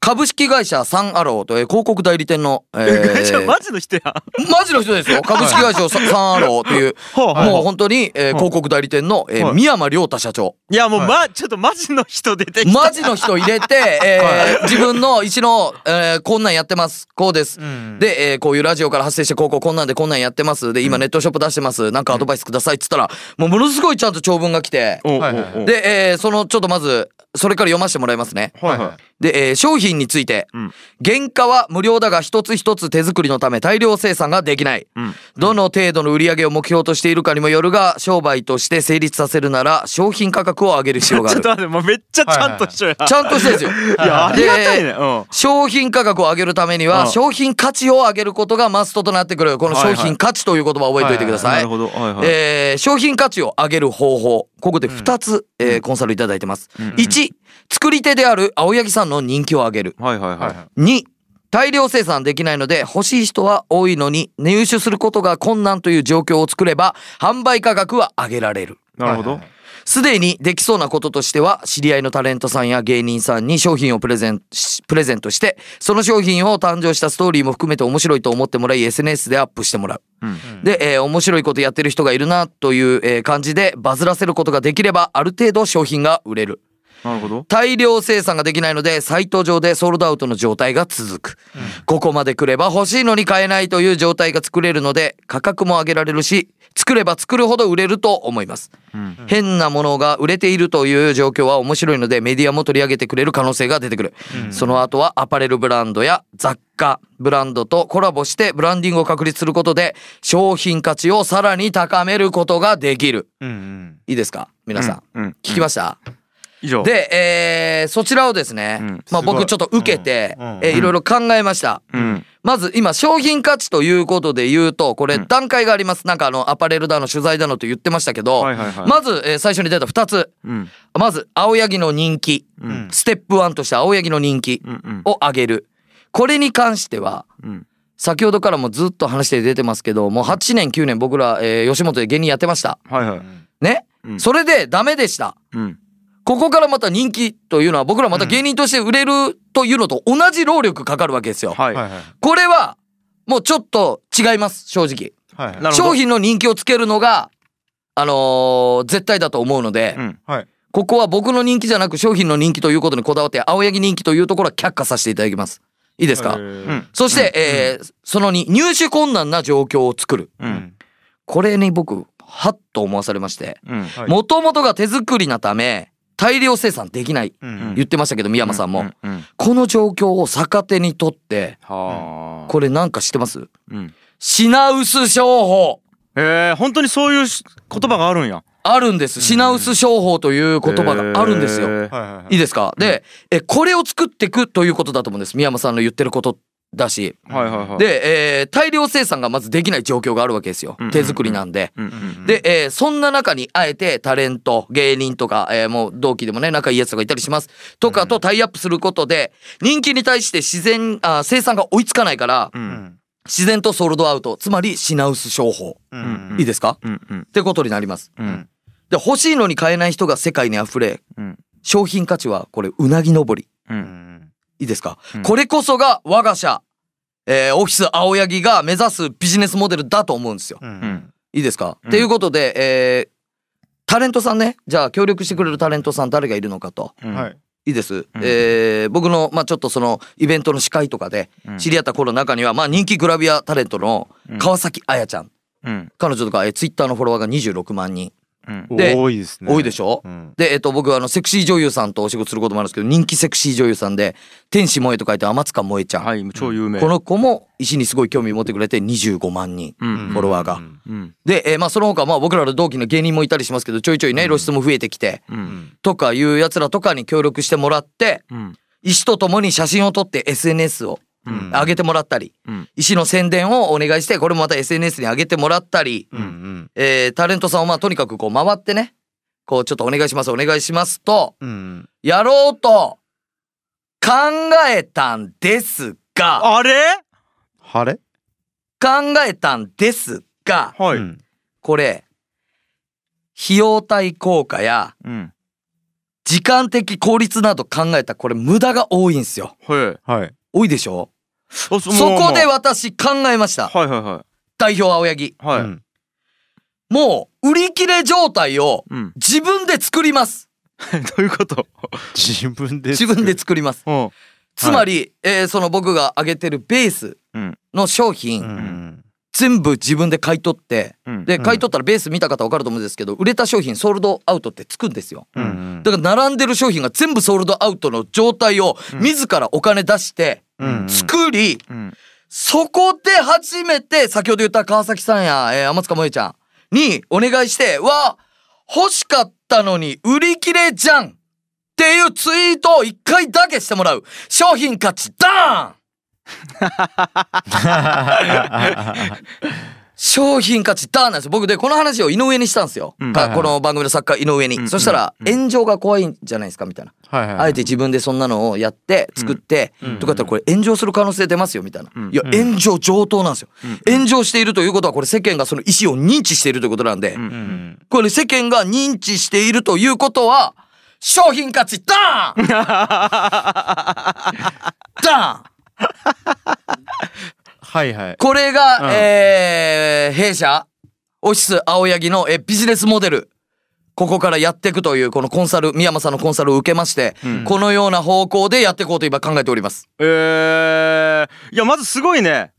S3: 株式会社サンアローという広告代理店の、えー
S1: え <laughs> じゃあマジの人やんは
S3: マジの人ですよ。株式会社ササンアローという、
S1: あはあ
S3: もう本当に、えー広告代理店の、えー
S1: はい
S3: 宮間亮太社長。
S1: いやもう
S2: はい
S1: まちょっとマジの人出てきた
S3: マジの人入れ
S1: <laughs>
S3: て、えー自分の石の、えーこんなんやってます。こうです。
S2: うん
S3: で、えーこういうラジオから発生して、こうこうこんなんでこんなんやってます。で、今ネットショップ出してます。なんかアドバイスくださいっつったら、もうものすごいちゃんと長文が来て、
S1: おおお
S2: はいはい
S1: お
S3: で、えーその、ちょっとまず、それから読ませてもらいますね。
S2: はいはい
S3: で、えー商品について、
S1: うん
S3: 原価は無料だが一つ一つ手作りのため大量生産ができない。
S1: うん
S3: どの程度の売り上げを目標としているかにもよるが、商売として成立させるなら、商品価格を上げる必
S1: ちょ
S3: 要
S1: っ
S3: があ
S1: と
S3: る。
S1: 待ってもうめっちゃちゃんと一緒や
S3: ちゃんとしてですよ。
S1: いやありがたいねうん
S3: 商品価格を上げるために
S1: う
S3: は、
S1: ん
S3: 商品価値を上げることがマストとなってくる。この商品価値という言葉を覚えておいてくださ
S1: ないる。ほどはいはい
S3: えー商品価値を上げる方法。ここで2つ、えーコンサルいただいてます。1、作り手である青柳さんの人気を上げる。
S1: はいはい
S2: は
S1: はいい
S2: はい
S3: 2、大量生産できないので欲しい人は多いのに入手することが困難という状況を作れば販売価格は上げられる。
S1: なるほど
S2: はい
S3: すでにできそうなこととしては、知り合いのタレントさんや芸人さんに商品をプレゼン、しプレゼントして、その商品を誕生したストーリーも含めて面白いと思ってもらい、SNS でアップしてもらう。
S1: うん
S3: で、えー面白いことやってる人がいるなという、えー感じでバズらせることができれば、ある程度商品が売れる。
S1: なるほど
S3: 大量生産ができないので、サイト上でソールドアウトの状態が続く。ここまで来れば欲しいのに買えないという状態が作れるので、価格も上げられるし、作れば作るほど売れると思います。
S1: うん
S3: 変なものが売れているという状況は面白いのでメディアも取り上げてくれる可能性が出てくる、その後はアパレルブランドや雑貨ブランドとコラボしてブランディングを確立することで商品価値をさらに高めることができる
S2: うんうん
S3: いいですか皆さん、
S1: うんうん
S3: 聞きました、
S1: 以上
S3: で、えーそちらをですね、
S1: うん
S3: まあ、
S2: すごい
S3: 僕ちょっと受けて、
S2: うんうん
S3: えーいろいろ考えました、
S1: うん
S3: まず今商品価値ということで言うとこれ
S1: うん
S3: 段階があります、なんかあのアパレルだの取材だのと言ってましたけど、
S1: はいはいはい
S3: まず、えー最初に出た2つ
S1: うん
S3: まず青柳の人気
S1: うんうん
S3: ステップ1として青柳の人気
S1: うん
S3: を上げるこれに関しては
S1: うん
S3: 先ほどからもずっと話して出てますけどもう8年9年僕ら、えー吉本で芸人やってました
S1: はいはい
S3: ね、
S1: うん
S3: それでダメでした
S1: うん
S3: ここからまた人気というのは僕らまた芸人として売れるというのと同じ労力かかるわけですよ、
S1: はい
S2: はいはい
S3: これはもうちょっと違います正直
S2: はい
S1: なるほど
S3: 商品の人気をつけるのがあのー絶対だと思うので、
S1: うん
S2: はい
S3: ここは僕の人気じゃなく商品の人気ということにこだわって青柳人気というところは却下させていただきますいいですか、
S2: えー
S1: うん
S3: そして、えーその2入手困難な状況を作る
S1: うん
S3: これに僕ハッと思わされまして
S1: うん
S2: はい
S3: もともとが手作りなため大量生産できない
S2: うん
S1: うん
S3: 言ってましたけど三山さんも、
S1: うんうんうん
S3: この状況を逆手にとって
S1: はあ
S3: これなんか知ってます
S1: うん
S3: 品薄商法
S1: えー本当にそういうし言葉があるんや
S3: あるんです品薄商法という言葉があるんですよ、
S1: えー
S2: はいはいはい
S3: いいですかでえこれを作っていくということだと思うんです三山さんの言ってることだし
S1: はいはいはい
S3: で、えー大量生産がまずできない状況があるわけですよ
S1: うん
S3: 手作りなんで。
S1: うんうん
S3: で、えーそんな中にあえてタレント芸人とか、えーもう同期でもね仲いいやつとかいたりしますとかとタイアップすることで人気に対して自然あ生産が追いつかないから
S1: う
S2: うんん
S3: 自然とソールドアウトつまり品薄商法、
S2: うん
S1: うん
S3: いいですか
S1: うんうん
S3: ってことになります。
S1: うん
S3: で欲しいのに買えない人が世界にあふれ
S1: うん
S3: 商品価値はこれうなぎ登り
S1: う
S2: うんん
S3: いいですか、
S1: うん
S3: これこそが我が社、えーオフィス青柳が目指すビジネスモデルだと思うんですよ。
S2: うん
S1: ん
S3: いいですか、
S1: うん
S3: っていうことで、えータレントさんねじゃあ協力してくれるタレントさん誰がいるのかと。
S1: うん
S2: はい
S3: いいです、えー僕の、まあ、ちょっとそのイベントの司会とかで
S1: うん
S3: 知り合った頃の中には、まあ、人気グラビアタレントの川崎彩ちゃん、
S1: うん
S3: 彼女とか、えー、ツイッターのフォロワーが26万人
S1: うん
S3: で
S2: 多いですね
S3: 多いでしょ
S2: うん
S3: で、えっと、僕はあのセクシー女優さんとお仕事することもあるんですけど人気セクシー女優さんで「天使萌え」と書いて天塚萌えちゃん、
S1: はい超有名
S3: この子も石にすごい興味持ってくれて25万人
S1: う
S2: うん
S1: ん
S3: フォロワーが。
S2: うん
S1: うん
S3: で、えーまあその他、まあ僕らの同期の芸人もいたりしますけど、ちょいちょいね、露出も増えてきて、
S1: う
S2: うんん
S3: とかいう奴らとかに協力してもらって、
S1: うん
S3: 石と共に写真を撮って SNS を
S1: うん
S3: 上げてもらったり、
S1: うん
S3: 石の宣伝をお願いして、これもまた SNS に上げてもらったり、
S2: うんうん
S3: えータレントさんをまあとにかくこう回ってね、こうちょっとお願いします、お願いしますと、
S2: うん
S3: やろうと考えたんですが、
S1: あれ
S2: 晴れ
S3: 考えたんですが、
S1: はい
S2: うん
S3: これ、費用対効果や、
S1: うん
S3: 時間的効率など考えたらこれ無駄が多いんですよ。
S1: はい
S2: はい
S3: 多いでしょ
S1: そ
S3: そこで
S1: は
S3: 私考えました。
S1: はいはいは
S3: 代表青柳。
S1: いはい
S2: うん
S3: もう売り切れ状態を
S1: うん
S3: 自分で作ります。
S1: <laughs> どういうこと
S2: 自分で
S3: 自分で作ります。
S1: うん
S3: つまり、えーその僕が上げてるベース
S1: うん
S3: の商
S2: う
S3: 品、
S2: ん
S3: 全部自分で買い取って、
S1: うん
S3: で、買い取ったらベース見た方わかると思うんですけど、売れた商品ソールドアウトってつくんですよ。
S2: うんうん
S3: だから並んでる商品が全部ソールドアウトの状態を自らお金出して
S2: うん
S3: 作り、
S1: うん
S3: そこで初めて、先ほど言った川崎さんや、えー、天塚萌ちゃんにお願いして、わ、欲しかったのに売り切れじゃんっていうツイートを一回だけしてもらう。商品価値、
S1: <laughs>
S3: ダーン商品価値、ダーンなんですよ。僕で、この話を井上にしたんですよ。
S1: うん
S3: か
S1: はい
S2: はい
S3: この番組の作家、井上に。
S1: うん
S3: そしたら、炎上が怖いんじゃないですか、みたいな。
S2: はいはい
S3: あえて自分でそんなのをやって作って、
S2: うん
S3: とかやったらこれ炎上する可能性出ますよみたいな、
S1: うん
S3: いや
S2: うん
S3: 炎上上等なんですよ、
S1: うん
S3: 炎上しているということはこれ世間がその意思を認知しているということなんで、
S1: うん
S2: う
S1: うん
S2: ん
S3: これ世間が認知しているということは商品価値ダーンダーン
S2: はいはい
S3: これが、
S2: うん
S3: えー弊社オフィス青柳のえビジネスモデルここからやっていくというこのコンサル宮山さんのコンサルを受けまして、
S1: うん
S3: このような方向でやっていこうと今考えております。
S1: えーいやまずすごいね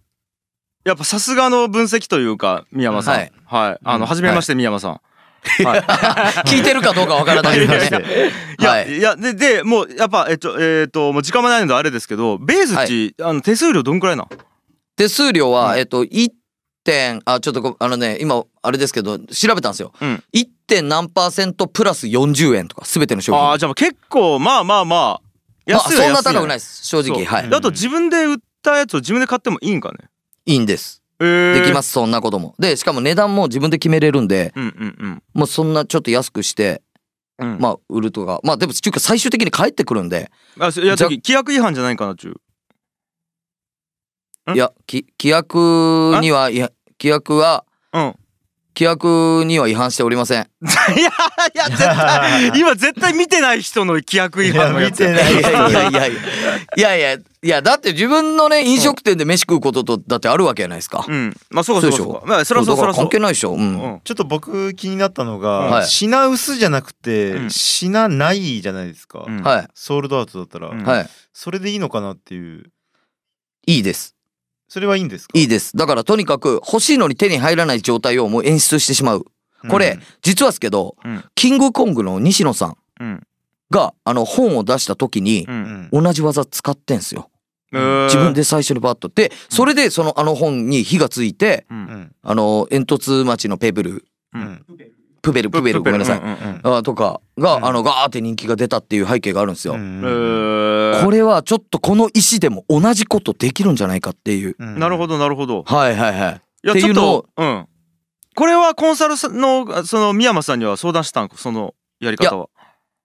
S1: やっぱさすがの分析というか宮山さん
S3: は
S1: はいいあの初めまして宮山さん
S3: 聞いてるかどうかわからない
S1: <laughs>
S3: けどね。
S1: いや、、
S3: はいい。
S1: やででもうやっぱえっとえっともう時間もないのであれですけどベース値、あの手数料どんくらいなん
S3: 手数料は、えっと、1点、あ、ちょっとご、あのね、今、あれですけど、調べたんですよ。
S1: うん
S3: 1点何パーセントプラス40円とか、すべての商品。
S1: あーじゃあもう結構まあまあまあ
S3: まあ、
S1: 安いは安い
S3: そんな高くないですす。正直。はい
S1: で。あと自分で売っったやつを自分で買ってもいいんかね
S3: いいんです。
S1: え
S3: できますす、そんなことも。で、しかも値段も自分で決めれるんで、
S1: うんうん
S3: もうそんなちょっと安くして、
S1: うんうん
S3: まあ、売るとか。まあ、でも、ちゅうか最終的に帰ってくるんで、
S1: あそいや
S3: じゃ
S1: 規約違反じゃないかなちゅうん
S3: いや、き規約には、いや、規約は、
S1: うん
S3: 規約には違反しておりません。
S1: いやいや絶対今絶対見てない人の規約違反のやつ
S2: いや見てない
S3: いやいやいやいやいやいやいやだって自分のね飲食店で飯食うこととだってあるわけじゃないですか、
S1: うんまあそうかそうかそう
S3: そうでし
S1: かまあそれはそうそ
S3: だ
S1: れ
S3: か
S1: は
S3: ら
S1: そ
S3: 関
S1: う
S3: 係ないでしょ、うん
S1: うん
S2: ちょっと僕気になったのが、
S3: はい
S2: 品薄じゃなくて、
S1: うん
S2: 品ないじゃないですか、
S1: うん
S3: は
S2: ソールドアウトだったら、
S1: うん
S3: いは
S2: それでいいのかなっていう
S3: いいいです
S2: それはいいんですか
S3: いいですだからとにかく欲しいのに手に入らない状態をもう演出してしまうこれ、実はですけど、
S1: うん
S3: キングコングの西野さん
S1: うん
S3: があの本を出した時に
S1: う
S2: うんん
S3: 同じ技使ってんすよ
S1: うん
S3: 自分で最初にバッとでそれでそのあの本に火がついて
S1: う
S2: うんん
S3: あの煙突町のペブル
S2: う
S1: うんん
S3: プベルプベルごめんなさい
S1: うんうん
S3: あとかが、
S2: うん
S3: あのガーって人気が出たっていう背景があるんですよ、
S1: うんえー
S3: これはちょっとこの石でも同じことできるんじゃないかっていう
S1: なるほ
S2: ど
S1: どなるほど
S3: はいはいはい
S1: いや
S3: って
S1: ちょ
S3: いう
S1: っ
S3: のを
S1: とうんこれはコンサルさんのその宮間さんには相談したんそのやり方は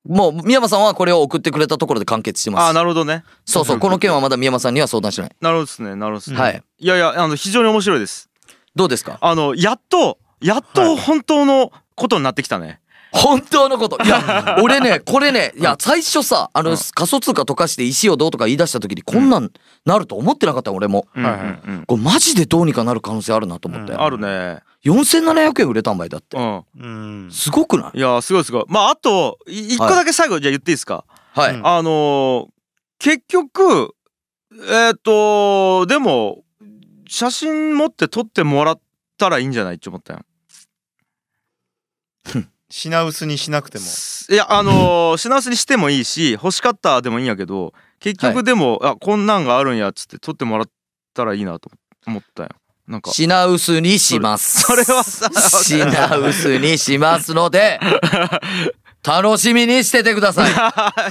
S3: もう宮間さんはこれを送ってくれたところで完結してます
S1: ああーなるほどね
S3: そうそうこの件はまだ宮間さんには相談してない、
S1: なるほどですねなるほどですね
S3: はい
S1: いやいやあの非常に面白いです
S3: どうですか
S1: あのやっとやっ
S2: は
S1: と
S2: い
S1: 本当のことになってきたね
S3: 本当のこといや <laughs> 俺ねこれねいや最初さあの、
S1: うん
S3: 仮想通貨溶かして石をどうとか言い出した時にこんなんなると思ってなかった俺も
S1: うんう
S2: は
S1: ん
S2: いはい
S1: うん
S3: これマジでどうにかなる可能性あるなと思って、
S2: うん
S1: あるね
S3: 4700円売れたんばいだって
S1: うん
S2: うん
S3: すごくない
S1: いやーすごいすごいまああとい一個だけ最後じゃあ言っていいですか
S3: はい、
S2: うん
S1: あのー結局えっとでも写真持って撮ってもらったらいいんじゃないって思ったよ
S2: 品薄にしなくても
S1: いやあのー品薄にしてもいいし欲しかったでもいいんやけど結
S3: は
S1: 局でも、あこんなんがあるんやっつって撮ってもらったらいいなと思ったよなんか
S3: 品薄にします。
S1: それはさ <laughs>
S3: 品薄にしますので、楽しみにしててくださ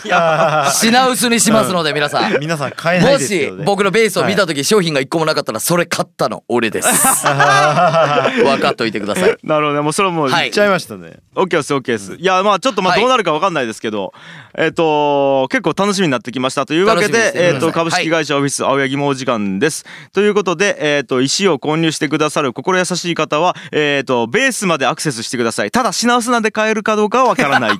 S3: い。
S2: いや
S3: 品薄にしますので、皆さん。
S2: 皆さん買えない
S3: も
S2: です
S3: し
S2: よね
S3: 僕のベースを見た時商品が一個もなかったら、それ買ったの俺です。分かっといてください。
S1: なるほどねもうそれはもう、
S3: は
S2: 言
S3: い
S2: っちゃいました
S3: <laughs>
S2: ね
S1: オッケーですオッケーですいやまあちょっとまあ
S3: はい
S1: どうなるかわかんないですけど、えっ、と結構楽しみになってきましたというわけ
S3: 楽しみに
S1: で
S3: してください
S1: えっと株式会社オフィス青柳もお時間です、ということでえっ、と石を購入してくださる心優しい方はえっ、とベースまでアクセスしてくださいただ品薄なんで買えるかどうかはわからない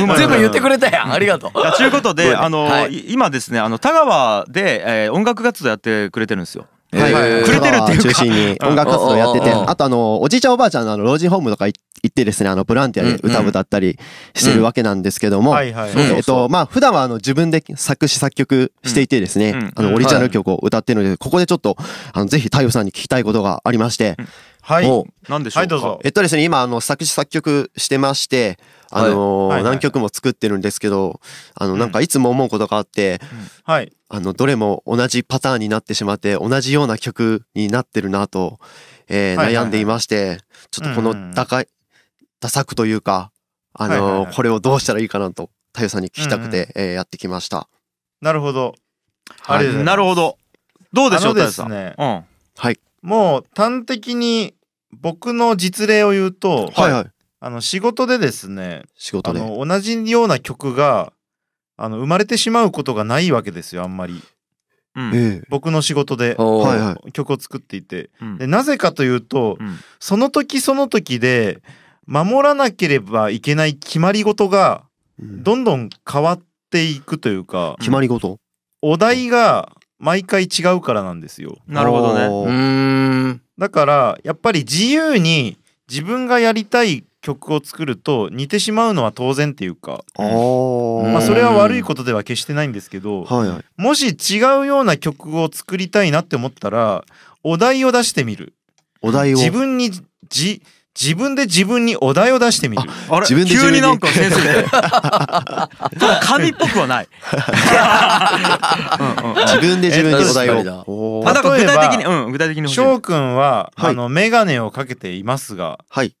S1: 分前
S3: 全部言ってくれたやんありがとう
S1: いやということで、あの、
S3: はい
S1: い今ですね、あの田川で、えー音楽活動やってくれてるんですよ。
S5: はい、
S3: えー
S1: くれてるっていうか
S5: 中心に音楽活動やってて、
S3: うんうんうん
S5: あとあの、おじいちゃんおばあちゃんのあの老人ホームとかい行ってですね、あの、ボランティアで歌を歌ったりしてるわけなんですけども、
S2: はいはい
S3: うん
S5: えっと、まあ、普段はあの自分で作詞作曲していてですね、
S1: うん
S5: あの、オリジナル曲を歌ってるので、ここでちょっと、あの、ぜひ太陽さんに聞きたいことがありまして、
S2: はい
S3: おう
S1: なんでしょうか。
S2: はいどうぞ
S5: えっとですね、今、あの、作詞作曲してまして、あ
S2: は
S5: のー
S2: いはいはい
S5: 何曲も作ってるんですけど、あの、なんかいつも思うことがあって、
S2: はい
S5: あの、どれも同じパターンになってしまって、同じような曲になってるなと、えー
S2: はいはいは
S5: 悩
S2: い
S5: んでいまして、ちょっとこ
S2: うんうんう
S5: の
S2: ん
S5: 打開、打作というか、あのー
S2: はいはいはい
S5: これをどうしたらいいかなと、太陽さんに聞きたくて、
S2: う
S5: えーやってきました。
S2: なるほど
S5: は
S2: あ
S5: い
S2: りがとうございます
S1: なるほど。どうでしょう、
S2: あので
S1: 太
S2: す
S1: 陽
S2: ね
S1: さん。うん。
S2: もう端的に僕の実例を言うと
S5: はいはい。
S2: あの仕事でですね
S5: 仕事
S2: あ
S5: で。
S2: の同じような曲があの生まれてしまうことがないわけですよあんまり
S1: うん
S5: え
S2: 僕の仕事で
S5: え
S3: おう
S5: はいはい。
S2: 曲を作っていて
S1: うん
S2: でなぜかというと、
S1: うん
S2: その時その時で守らなければいけない決まり事が
S5: うん
S2: どんどん変わっていくというか、
S5: 決まり事、
S2: お題が毎回違うからなんですよ
S1: なるほどね。
S5: お
S3: う
S5: ー
S3: ーん
S2: だからやっぱり自由に自分がやりたい曲を作ると似てしまうのは当然っていうか、
S5: あー
S2: まあ、それは悪いことでは決してないんですけど
S5: はいはい。
S2: もし違うような曲を作りたいなって思ったらお題を出してみる
S5: お題を。
S2: 自分にじ自分で自分にお題を出してみる
S1: あれ
S5: 自分で自
S1: 急
S5: 分に
S1: になんか先生
S5: <laughs>
S1: で。ただ紙っぽくはない。うんうん
S5: 自分で自分にお題
S3: えっと確かにだ
S5: を。お
S1: あ、
S5: ー
S1: だから具体的に、
S2: 例え
S1: うん、具体的に欲しい。
S2: 翔くんは、
S5: はい
S2: あのメガネをかけていますが
S5: はい。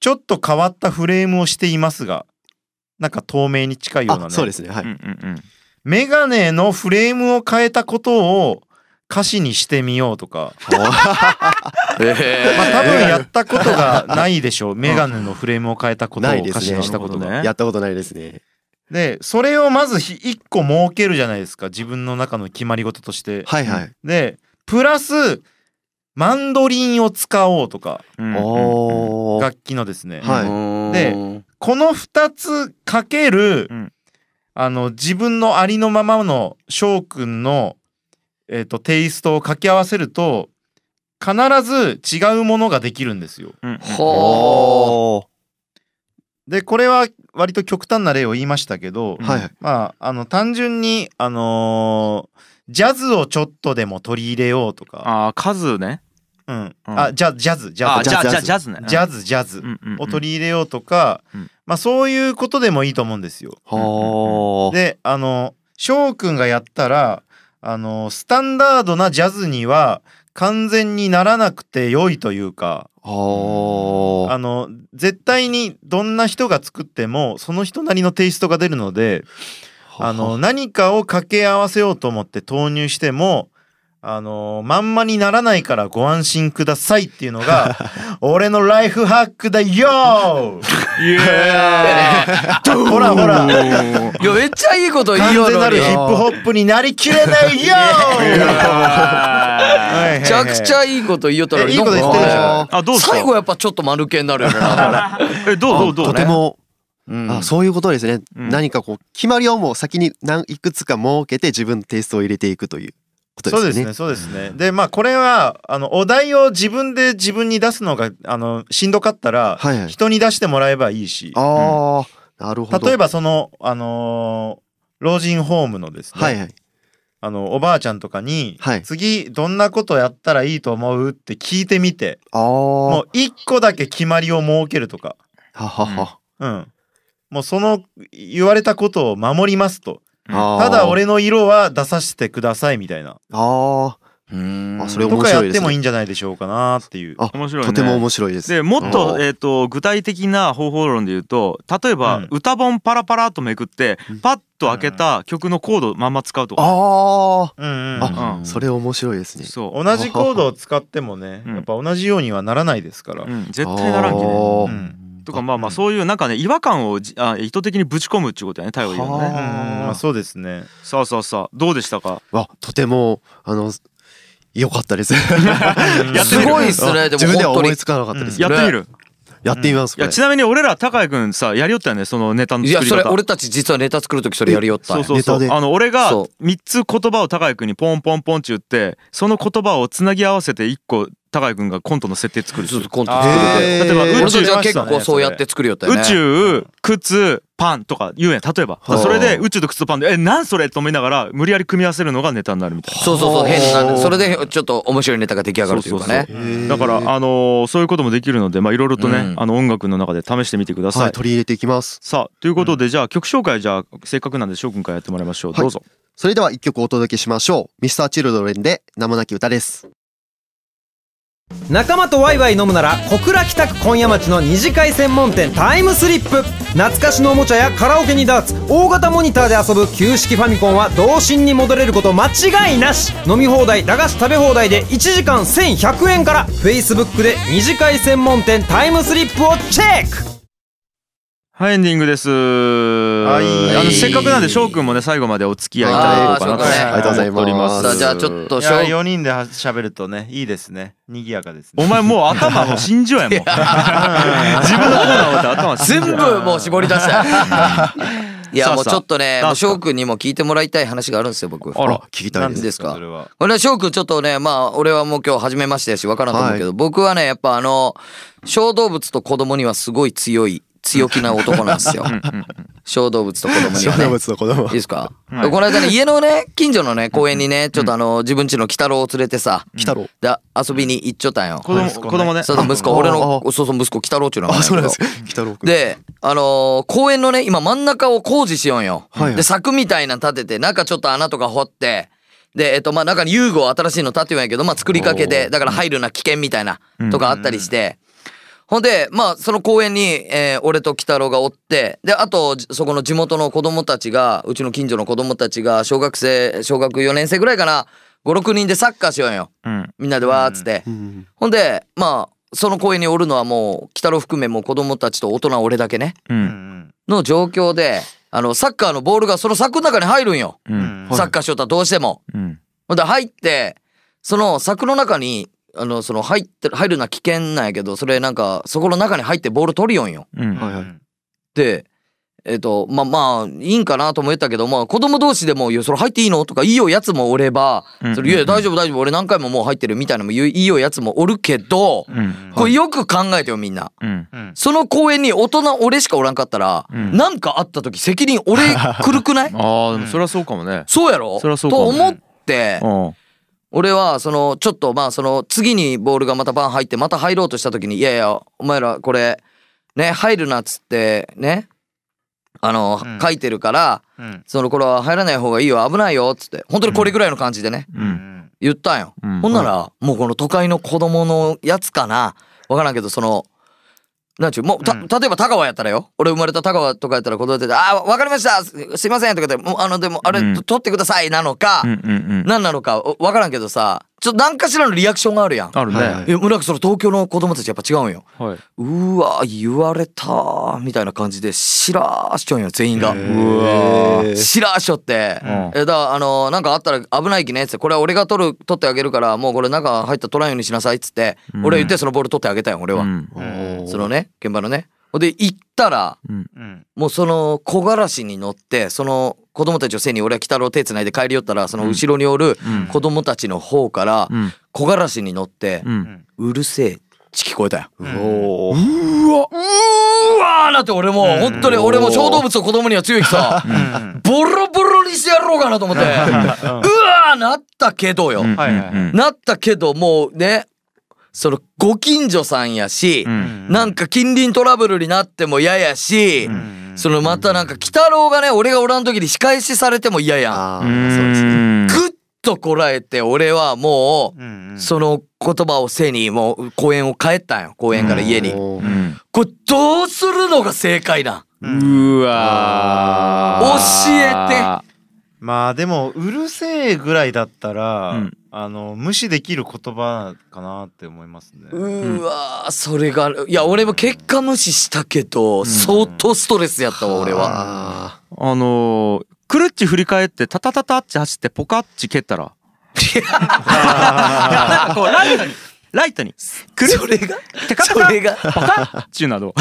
S2: ちょっと変わったフレームをしていますがなんか透明に近いような
S5: あ、
S2: ね
S5: そうですね。は
S1: うんう
S5: い。
S1: ん
S2: メガネのフレームを変えたことを歌詞にしてみようとか、まあ、多分やったことがない
S5: <laughs>
S2: でしょうメガネのフレームを変えたことを
S5: ないです
S2: 歌
S5: ね
S2: 詞にしたこと
S1: なるほど
S2: <laughs> が。
S1: ね
S5: やったことないですね。
S2: でそれをまずひ一個設けるじゃないですか自分の中の決まり事として。
S5: はいはい。
S2: でプラスマンドリンを使おうとか
S1: うん。お。
S5: おー。
S2: 楽器のですね。
S5: はい。
S2: でこの2つかける、
S1: うん
S2: あの自分のありのままの翔くんの、えー、とテイストを掛け合わせると必ず違うものができるんですよ。
S1: うんうん
S3: ほ
S5: おー
S2: でこれは割と極端な例を言いましたけど、
S1: うん
S5: はいはい。
S2: まああの単純に、あのージャズをちょっとでも取り入れようとか、
S1: あー、数ね。
S2: うん、
S1: うん
S2: あジャジャズジャ
S1: あ、
S2: ズ
S1: じ
S5: ジ
S1: ゃあ、
S5: ャズ
S1: じゃあ、ジャズね。
S2: ジャズジャズ
S1: うんうんうん
S2: を取り入れようとか、
S1: うん
S2: まあそういうことでもいいと思うんですよ。
S5: ほー。
S2: であの翔くんがやったらあのスタンダードなジャズには完全にならなくて良いというか
S5: ほー。
S2: あの絶対にどんな人が作ってもその人なりのテイストが出るのであの何かを掛け合わせようと思って投入してもあのまんまにならないからご安心くださいっていうの <laughs> が俺のライフハックだ <laughs> よ
S1: イエーイ
S2: ほらほら
S3: いやめっちゃいいこと言い
S2: 完
S3: よう
S2: 全
S3: の
S2: な
S3: に
S2: るヒップホップになりきれないよ
S1: あ
S2: め
S3: めちゃくちゃいいこと言いよったのに
S2: えいいこと言ってるじゃん
S3: なんか
S1: どうですか
S3: 最後やっぱちょっと丸けになるよねなんかね
S1: えどうどうどう
S5: とても
S2: うん
S5: あそういうことですね、
S1: うん
S5: 何かこう決まりをもう先に何いくつか設けて自分のテイストを入れていくということです
S2: そう
S5: ね。
S2: ですねそうですねでまあこれはあのお題を自分で自分に出すのがあのしんどかったら
S5: はいはい。
S2: 人に出してもらえばいいし
S5: ああ、なるほど。
S2: 例え
S5: ば、
S2: ばそのあのー老人ホームのですね、
S5: はいはい。
S2: あのおばあちゃんとかに、
S5: はい
S2: 次どんなことやったらいいと思うって聞いてみて
S5: ああ、
S2: も
S5: は
S2: う一個だけ決まりを設けるとか、
S5: はは。
S2: うん、もうその言われたことを守りますと
S5: あー
S2: ただ、俺の色は出させてくださいみたいな
S5: あ
S3: うん
S5: あ、それ
S2: と
S5: 面
S2: かや
S5: 白
S2: っ
S5: いで
S2: て
S5: す
S2: もいい
S5: ね。
S2: んじゃないでしょうかなっていう
S5: あ
S1: 面白いね
S5: とても面白いです。
S1: でもっ
S5: う
S1: と,、
S5: ん
S1: えー、と具体的な方法論で言うと例えば、
S2: うん
S1: 歌本パラパラっとめくって
S5: うん
S1: パッと開けた曲のコードまんま使うとか、
S5: あ
S2: うんうん
S5: あ、
S1: うん
S5: それ面白いですね。
S1: そう、
S2: 同じコードを使ってもね
S1: うん
S2: やっぱ同じようにはならないですから、
S1: うん、絶対ならんきね
S5: あー
S2: うん
S1: とかまあまあ
S2: うん
S1: そういうなんかね違和感をじあ意図的にぶち込むっちゅうことやね太陽言うの
S2: うん
S1: ね
S5: は
S2: まあ、そうですね
S1: さあさあさあどうでしたか
S5: わ、とても、あの、良かったです。
S1: やってみ
S3: す
S1: る
S3: ごいっすねで
S5: 自分
S3: も
S5: では
S3: 本当
S5: 思
S3: に
S5: いつかなかったです。
S2: うん
S1: やってみる
S5: やってみます、
S1: い
S5: これ
S1: やちなみに俺ら高井くんさやりよったよねそのネタの
S3: い
S1: 作り
S3: や
S1: 方
S3: それ俺たち実はネタ作る時それやりよったん
S1: そ
S3: や
S1: うそうそう
S5: ネタで
S1: あの俺が
S3: そ
S1: 3つ言葉を高井くんにポンポンポンって言ってその言葉をつなぎ合わせて1個高井くんがコントの設定作る
S3: ちょっとコント作
S2: あー
S3: って
S1: 例えば
S3: 俺
S1: 宇
S3: た
S1: 宙
S3: ち
S2: 出
S3: は
S2: まし
S3: 結
S2: たね
S3: 構そうやって作りよったよね
S1: 宇宙靴パンとか言うやん例えば
S5: はあ
S1: それで宇宙と靴とパンで「えなんそれ?」と思いながら無理やり組み合わせるのがネタになるみたい
S3: そうそうそう変
S5: は
S3: な
S5: あ
S3: それでちょっと面白いネタが出来上がるというかね
S1: そ
S5: へー
S1: なだからあのーそういうこともできるのでまあいろいろとね、
S3: うん
S1: あの音楽の中で試してみてください。
S5: はい、取り入れていきます。
S1: さあということで、じゃあ曲紹介じゃあせっかくなんで翔くんからやってもらいましょう、
S5: はい
S1: どうぞ。
S5: それでは一曲お届けしましょう。Mr.Children で名もなき歌です。
S6: 仲間とワイワイ飲むなら小倉北区今夜町の二次会専門店タイムスリップ懐かしのおもちゃやカラオケにダーツ大型モニターで遊ぶ旧式ファミコンは童心に戻れること間違いなし飲み放題駄菓子食べ放題で1時間1100円から Facebook で二次会専門店タイムスリップをチェック
S1: はいエンディングです。
S2: い
S1: あのせっかくなんで翔くんもね最後までお付き合いいただければな
S3: あーそうだね
S5: ありがとうござい
S1: 思
S5: ます
S1: っております
S3: さあじゃあちょっと
S2: い
S3: しょ
S2: や
S3: う
S2: 4人では喋るとねいいですね賑やかですね
S1: お前もう頭もう信じようやもん。 <laughs> 自分のコーナー終わったら頭
S5: <laughs>
S1: 死んじ
S3: 全
S1: ゃう
S3: 部もう絞り出したい
S1: さ
S3: や
S1: あ
S3: もうちょっとね
S1: さあ
S3: もう翔くんにも聞いてもらいたい話があるんですよ僕
S1: あら
S5: 聞きた
S2: ないん
S5: です。
S3: ですか
S2: それは
S3: 俺は翔くんちょっとねまあ俺はもう今日初めましてやし分からんと思うけど、僕はねやっぱあの小動物と子供にはすごい強い強気な男なんですよ小動物と子供に
S5: 小
S3: はね
S5: 動物の子供
S3: いい。ですか、
S1: はい
S3: この間ね家のね近所のね公園にねちょっとあの自分家の鬼太郎を連れてさ
S5: 来たろ。
S3: で遊びに行っちゃったんよ
S1: 子供子供ね。
S3: そうそう息子
S5: あ
S3: 俺
S5: あ
S3: のそうそう息子鬼太郎っちゅうのが
S5: あ、
S3: ね
S5: そうなんですか。来たろくん。
S3: で、あのー公園のね、今真ん中を工事しようんよ。
S5: はいはい
S3: で、柵みたいなの立てて、中ちょっと穴とか掘って、で、えっと、まあ、中に遊具を新しいの立てようんやけど、まあ、作りかけて、だから入るな危険みたいな、とかあったりして、ほんで、まあ、その公園に、えー俺と鬼太郎がおって、で、あと、じそこの地元の子供たちが、うちの近所の子供たちが、小学生、小学4年生ぐらいかな、5、6人でサッカーしようんよ。
S1: うん
S3: みんなでわーっつって。
S5: うん。
S3: ほんで、まあ、その公園におるのはもう、鬼太郎含めもう子供たちと大人俺だけね。
S1: う
S2: うんん
S3: の状況で、あの、サッカーのボールがその柵の中に入るんよ。
S1: う
S2: うんん
S3: サッカーしよったらどうしても。
S1: うん
S3: ほんで入って、その柵の中に、あの、その入ってる、入るのは危険なんやけど、それなんか、そこの中に入ってボール取りよんよ。
S1: うん
S5: はいはい
S3: で、えっ、と、まあまあ、いいんかなと思ったけど、まあ子供同士でも、いや、それ入っていいのとか、いいよやつもおれば、
S1: うん
S3: それ、いや、大丈夫大丈夫、俺何回ももう入ってるみたいなのも言う、いいよやつもおるけど、
S1: うん
S3: これよく考えてよ、みんな。
S1: うん
S2: うん
S3: その公園に大人俺しかおらんかったら、
S1: うん
S3: なんかあった時責任俺
S1: <laughs>
S3: くるくない
S1: ああでもそれはそうかもね。
S3: そうやろ
S1: そりゃそうか
S3: と
S1: も
S3: 思って、
S1: うん
S3: 俺はそのちょっとまあその次にボールがまたバン入ってまた入ろうとした時にいやいやお前らこれね入るなっつってねあの、
S2: うん
S3: 書いてるから
S2: うん
S3: そのこれは入らない方がいいよ危ないよっつって本当にこれぐらいの感じでね、
S1: う
S2: うんん
S3: 言ったんよ、
S1: うん
S3: ほんならもうこの都会の子供のやつかなわからんけどそのなんちゅうもうた、
S2: うん
S3: 例えば田川やったらよ俺生まれた田川とかやったら子供で「ああ分かりましたすすいません」とか言って「もうあのでもあれ、
S1: うん
S3: と取ってください」なのか、
S1: うんうんうん
S3: なんなのかおわからんけどさちょっと何かしらのリアクションがあるやん。
S1: あるね。
S5: はいはい
S3: えなんかその東京の子供たちやっぱ違うんよ。
S1: はいう
S3: ーわ言われたーみたいな感じでしらーしちょんよ全員
S1: う
S3: が。
S1: わー
S3: しらーしょって、
S1: ん
S3: えだからあのなんかあったら危ないきねっつってこれは俺が取る取ってあげるからもうこれ中入ったら取らんようにしなさいっつって、
S1: うん
S3: 俺は言ってそのボール取ってあげたよ俺は、
S1: うん
S5: おー
S3: そのね現場のねで行ったら
S2: うん。
S3: もうその木枯らしに乗ってその子供たちを背に俺は鬼太郎手つないで帰り寄ったらその後ろにおる
S1: うん
S3: 子供たちの方から
S1: うん
S3: 木枯らしに乗って
S1: う
S2: うんん。
S3: 「うるせえ」って聞こえたよ。う
S2: うん
S3: おーうわうーわーなって俺も
S2: うん
S3: 本当に俺も小動物と子供には強いきさ
S2: うん。
S3: ボロボロにしてやろうかなと思ってうわーなったけどよ。
S1: うん
S2: はいはい
S1: うん
S3: なったけどもうねそのご近所さんやし
S1: う、ん
S3: なんか近隣トラブルになっても嫌やし、
S2: うん
S3: そのまたなんか鬼太郎がね俺がおらん時に仕返しされても嫌やん。
S5: あ
S1: う
S5: ーそうですね。
S1: ん
S3: ぐっとこらえて俺はもう、
S2: うんうん
S3: その言葉を背にもう公園を帰ったんよ公園から家に。
S5: お
S1: う
S5: ー
S1: ん
S3: これどうするのが正解なん
S1: うわ
S3: 教
S1: えて
S2: まあでも、うるせえぐらいだったら、
S1: うん
S2: あの、無視できる言葉かなって思いますね。
S3: うーわーそれがいや俺も結果無視したけど、相当ストレスやったわ俺は。
S5: あ
S1: あのークルッチ振り返ってタタタタッチ走ってポカッチ蹴ったらなんかこうライトにライトにクルッ
S3: それが
S1: テカテ
S3: そ
S1: カ
S3: れが
S1: パカッチュなど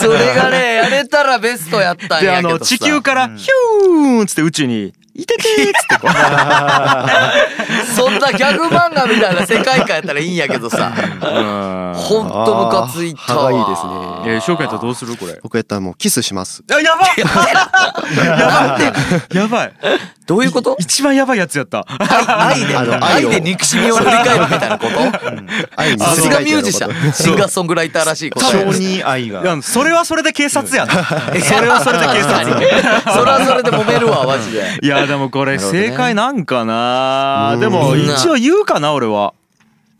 S3: それがねやれたらベストやったん
S1: で
S3: や
S1: あ
S3: けどさ
S1: の地球から
S2: うん
S1: ヒューンっつって宇宙に「いてて」っつってこう
S3: そんなギャグ漫画みたいな世界観やったらいいんやけどさほんとムカついたわ
S5: あー歯が
S1: えー、翔くんやったらどうするこれ
S5: ー僕やったらもうキスします。
S1: あやばやばいやばい
S3: どういうこと
S1: 一番やばいやつやった
S3: 愛で
S5: あの
S3: 愛
S5: 愛を
S3: で憎しみを振り返るみたいなこと
S5: 愛に
S3: さすがミュージシ
S5: 世界
S3: ャンシンガーソングライターらしいこと
S2: 性に愛
S1: い
S2: が。
S1: やそれはそれで警察やな
S3: それはそれで警察 <laughs> それはそれで揉めるわマジで
S1: <laughs> いやでもこれ
S3: なるほどね
S1: 正解なんかな
S5: うん
S1: でも
S3: みんな
S1: 一応言うかな俺は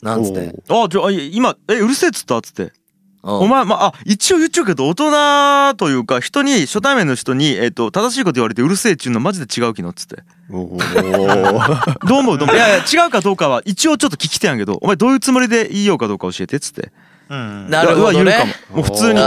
S3: なんつっ
S5: お
S3: て
S5: ー
S1: あじゃあい今えうるせえっつったっつって
S3: お
S1: お前まあ一応言っちゃうけど大人というか人に初対面の人にえっと正しいこと言われてうるせえっちゅうのマジで違うきのっ
S3: <laughs>
S1: つって
S5: おー
S1: どう思うどう思ういやいや違うかどうかは一応ちょっと聞きてんやけどお前どういうつもりで言いようかどうか教えてっつって
S2: <laughs> うん。
S3: なるほど
S1: うわ言う
S3: ね
S1: かももう普通に
S3: あ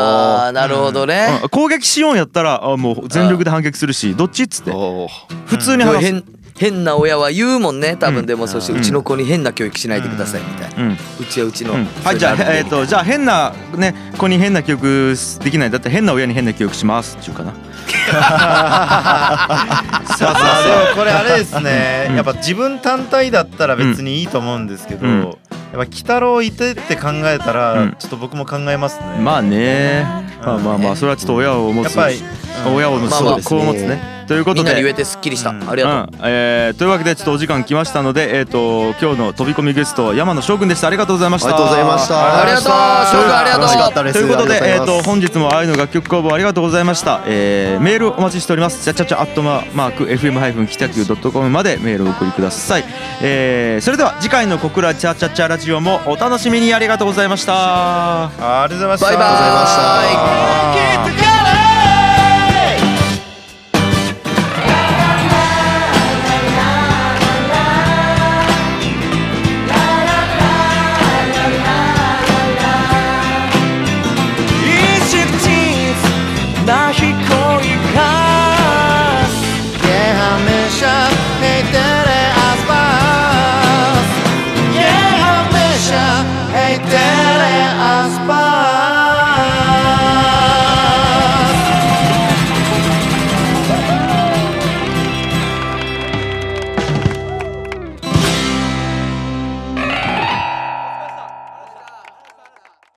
S3: ーなるほどね
S1: うん攻撃しようんやったらあもう全力で反撃するしどっちっつって
S5: おー
S1: 普通に
S3: これ
S1: 話す
S3: 変変な親は言うもんね多
S1: う
S3: 分
S1: ん
S3: でもそしてうちの子に変な教育しないでくださいみたいな
S1: うん
S3: うちはうちの
S1: うん、はいじゃあえっ、とじゃあ変なね子に変な記憶できないんだったら変な親に変な記憶しますっていうかなさあさ
S2: まあ
S1: あ
S2: でもこれあれですね
S1: うん
S2: やっぱ自分単体だったら別にいいと思うんですけど、
S1: うん
S2: やっぱ鬼太郎いてって考えた
S1: う
S2: ら
S1: ん
S2: ちょっと僕も考えますね、
S1: さあまあねまあまあまあそれはちょっと親を持
S2: や
S1: つ
S2: っぱり、うん
S1: 親を持
S3: ま
S1: つ
S3: あまあ
S1: 子を持つねというこ
S3: み
S1: と
S3: んなに言
S1: で
S3: えてすっきりした
S2: うん
S3: あり
S1: う
S3: が
S1: ん
S3: と
S1: えー、というわけでちょっとお時間来ましたので、えー、と今日の飛び込みゲスト山野翔くんでしたありがとうございまし
S5: あり
S1: た
S5: がとうございまし
S3: う
S5: た。
S3: ありがとう
S2: あ
S3: 翔
S2: り
S3: くんありが
S5: 楽しかっ
S3: とう
S5: たです。
S1: ということで、
S5: あり
S1: えー、
S5: がとう
S1: と
S5: ございます
S1: 本日も愛の楽曲工房ありがとうございました、えー、メールお待ちしておりますチャチャチャアットマーク FM- 北九 .com までメールをお送りください、えー、それでは次回の「小倉チャチャチャラジオ」もお楽しみにありがとうございました
S2: ありがとうございました
S3: バイバーイ
S2: ありがとうございました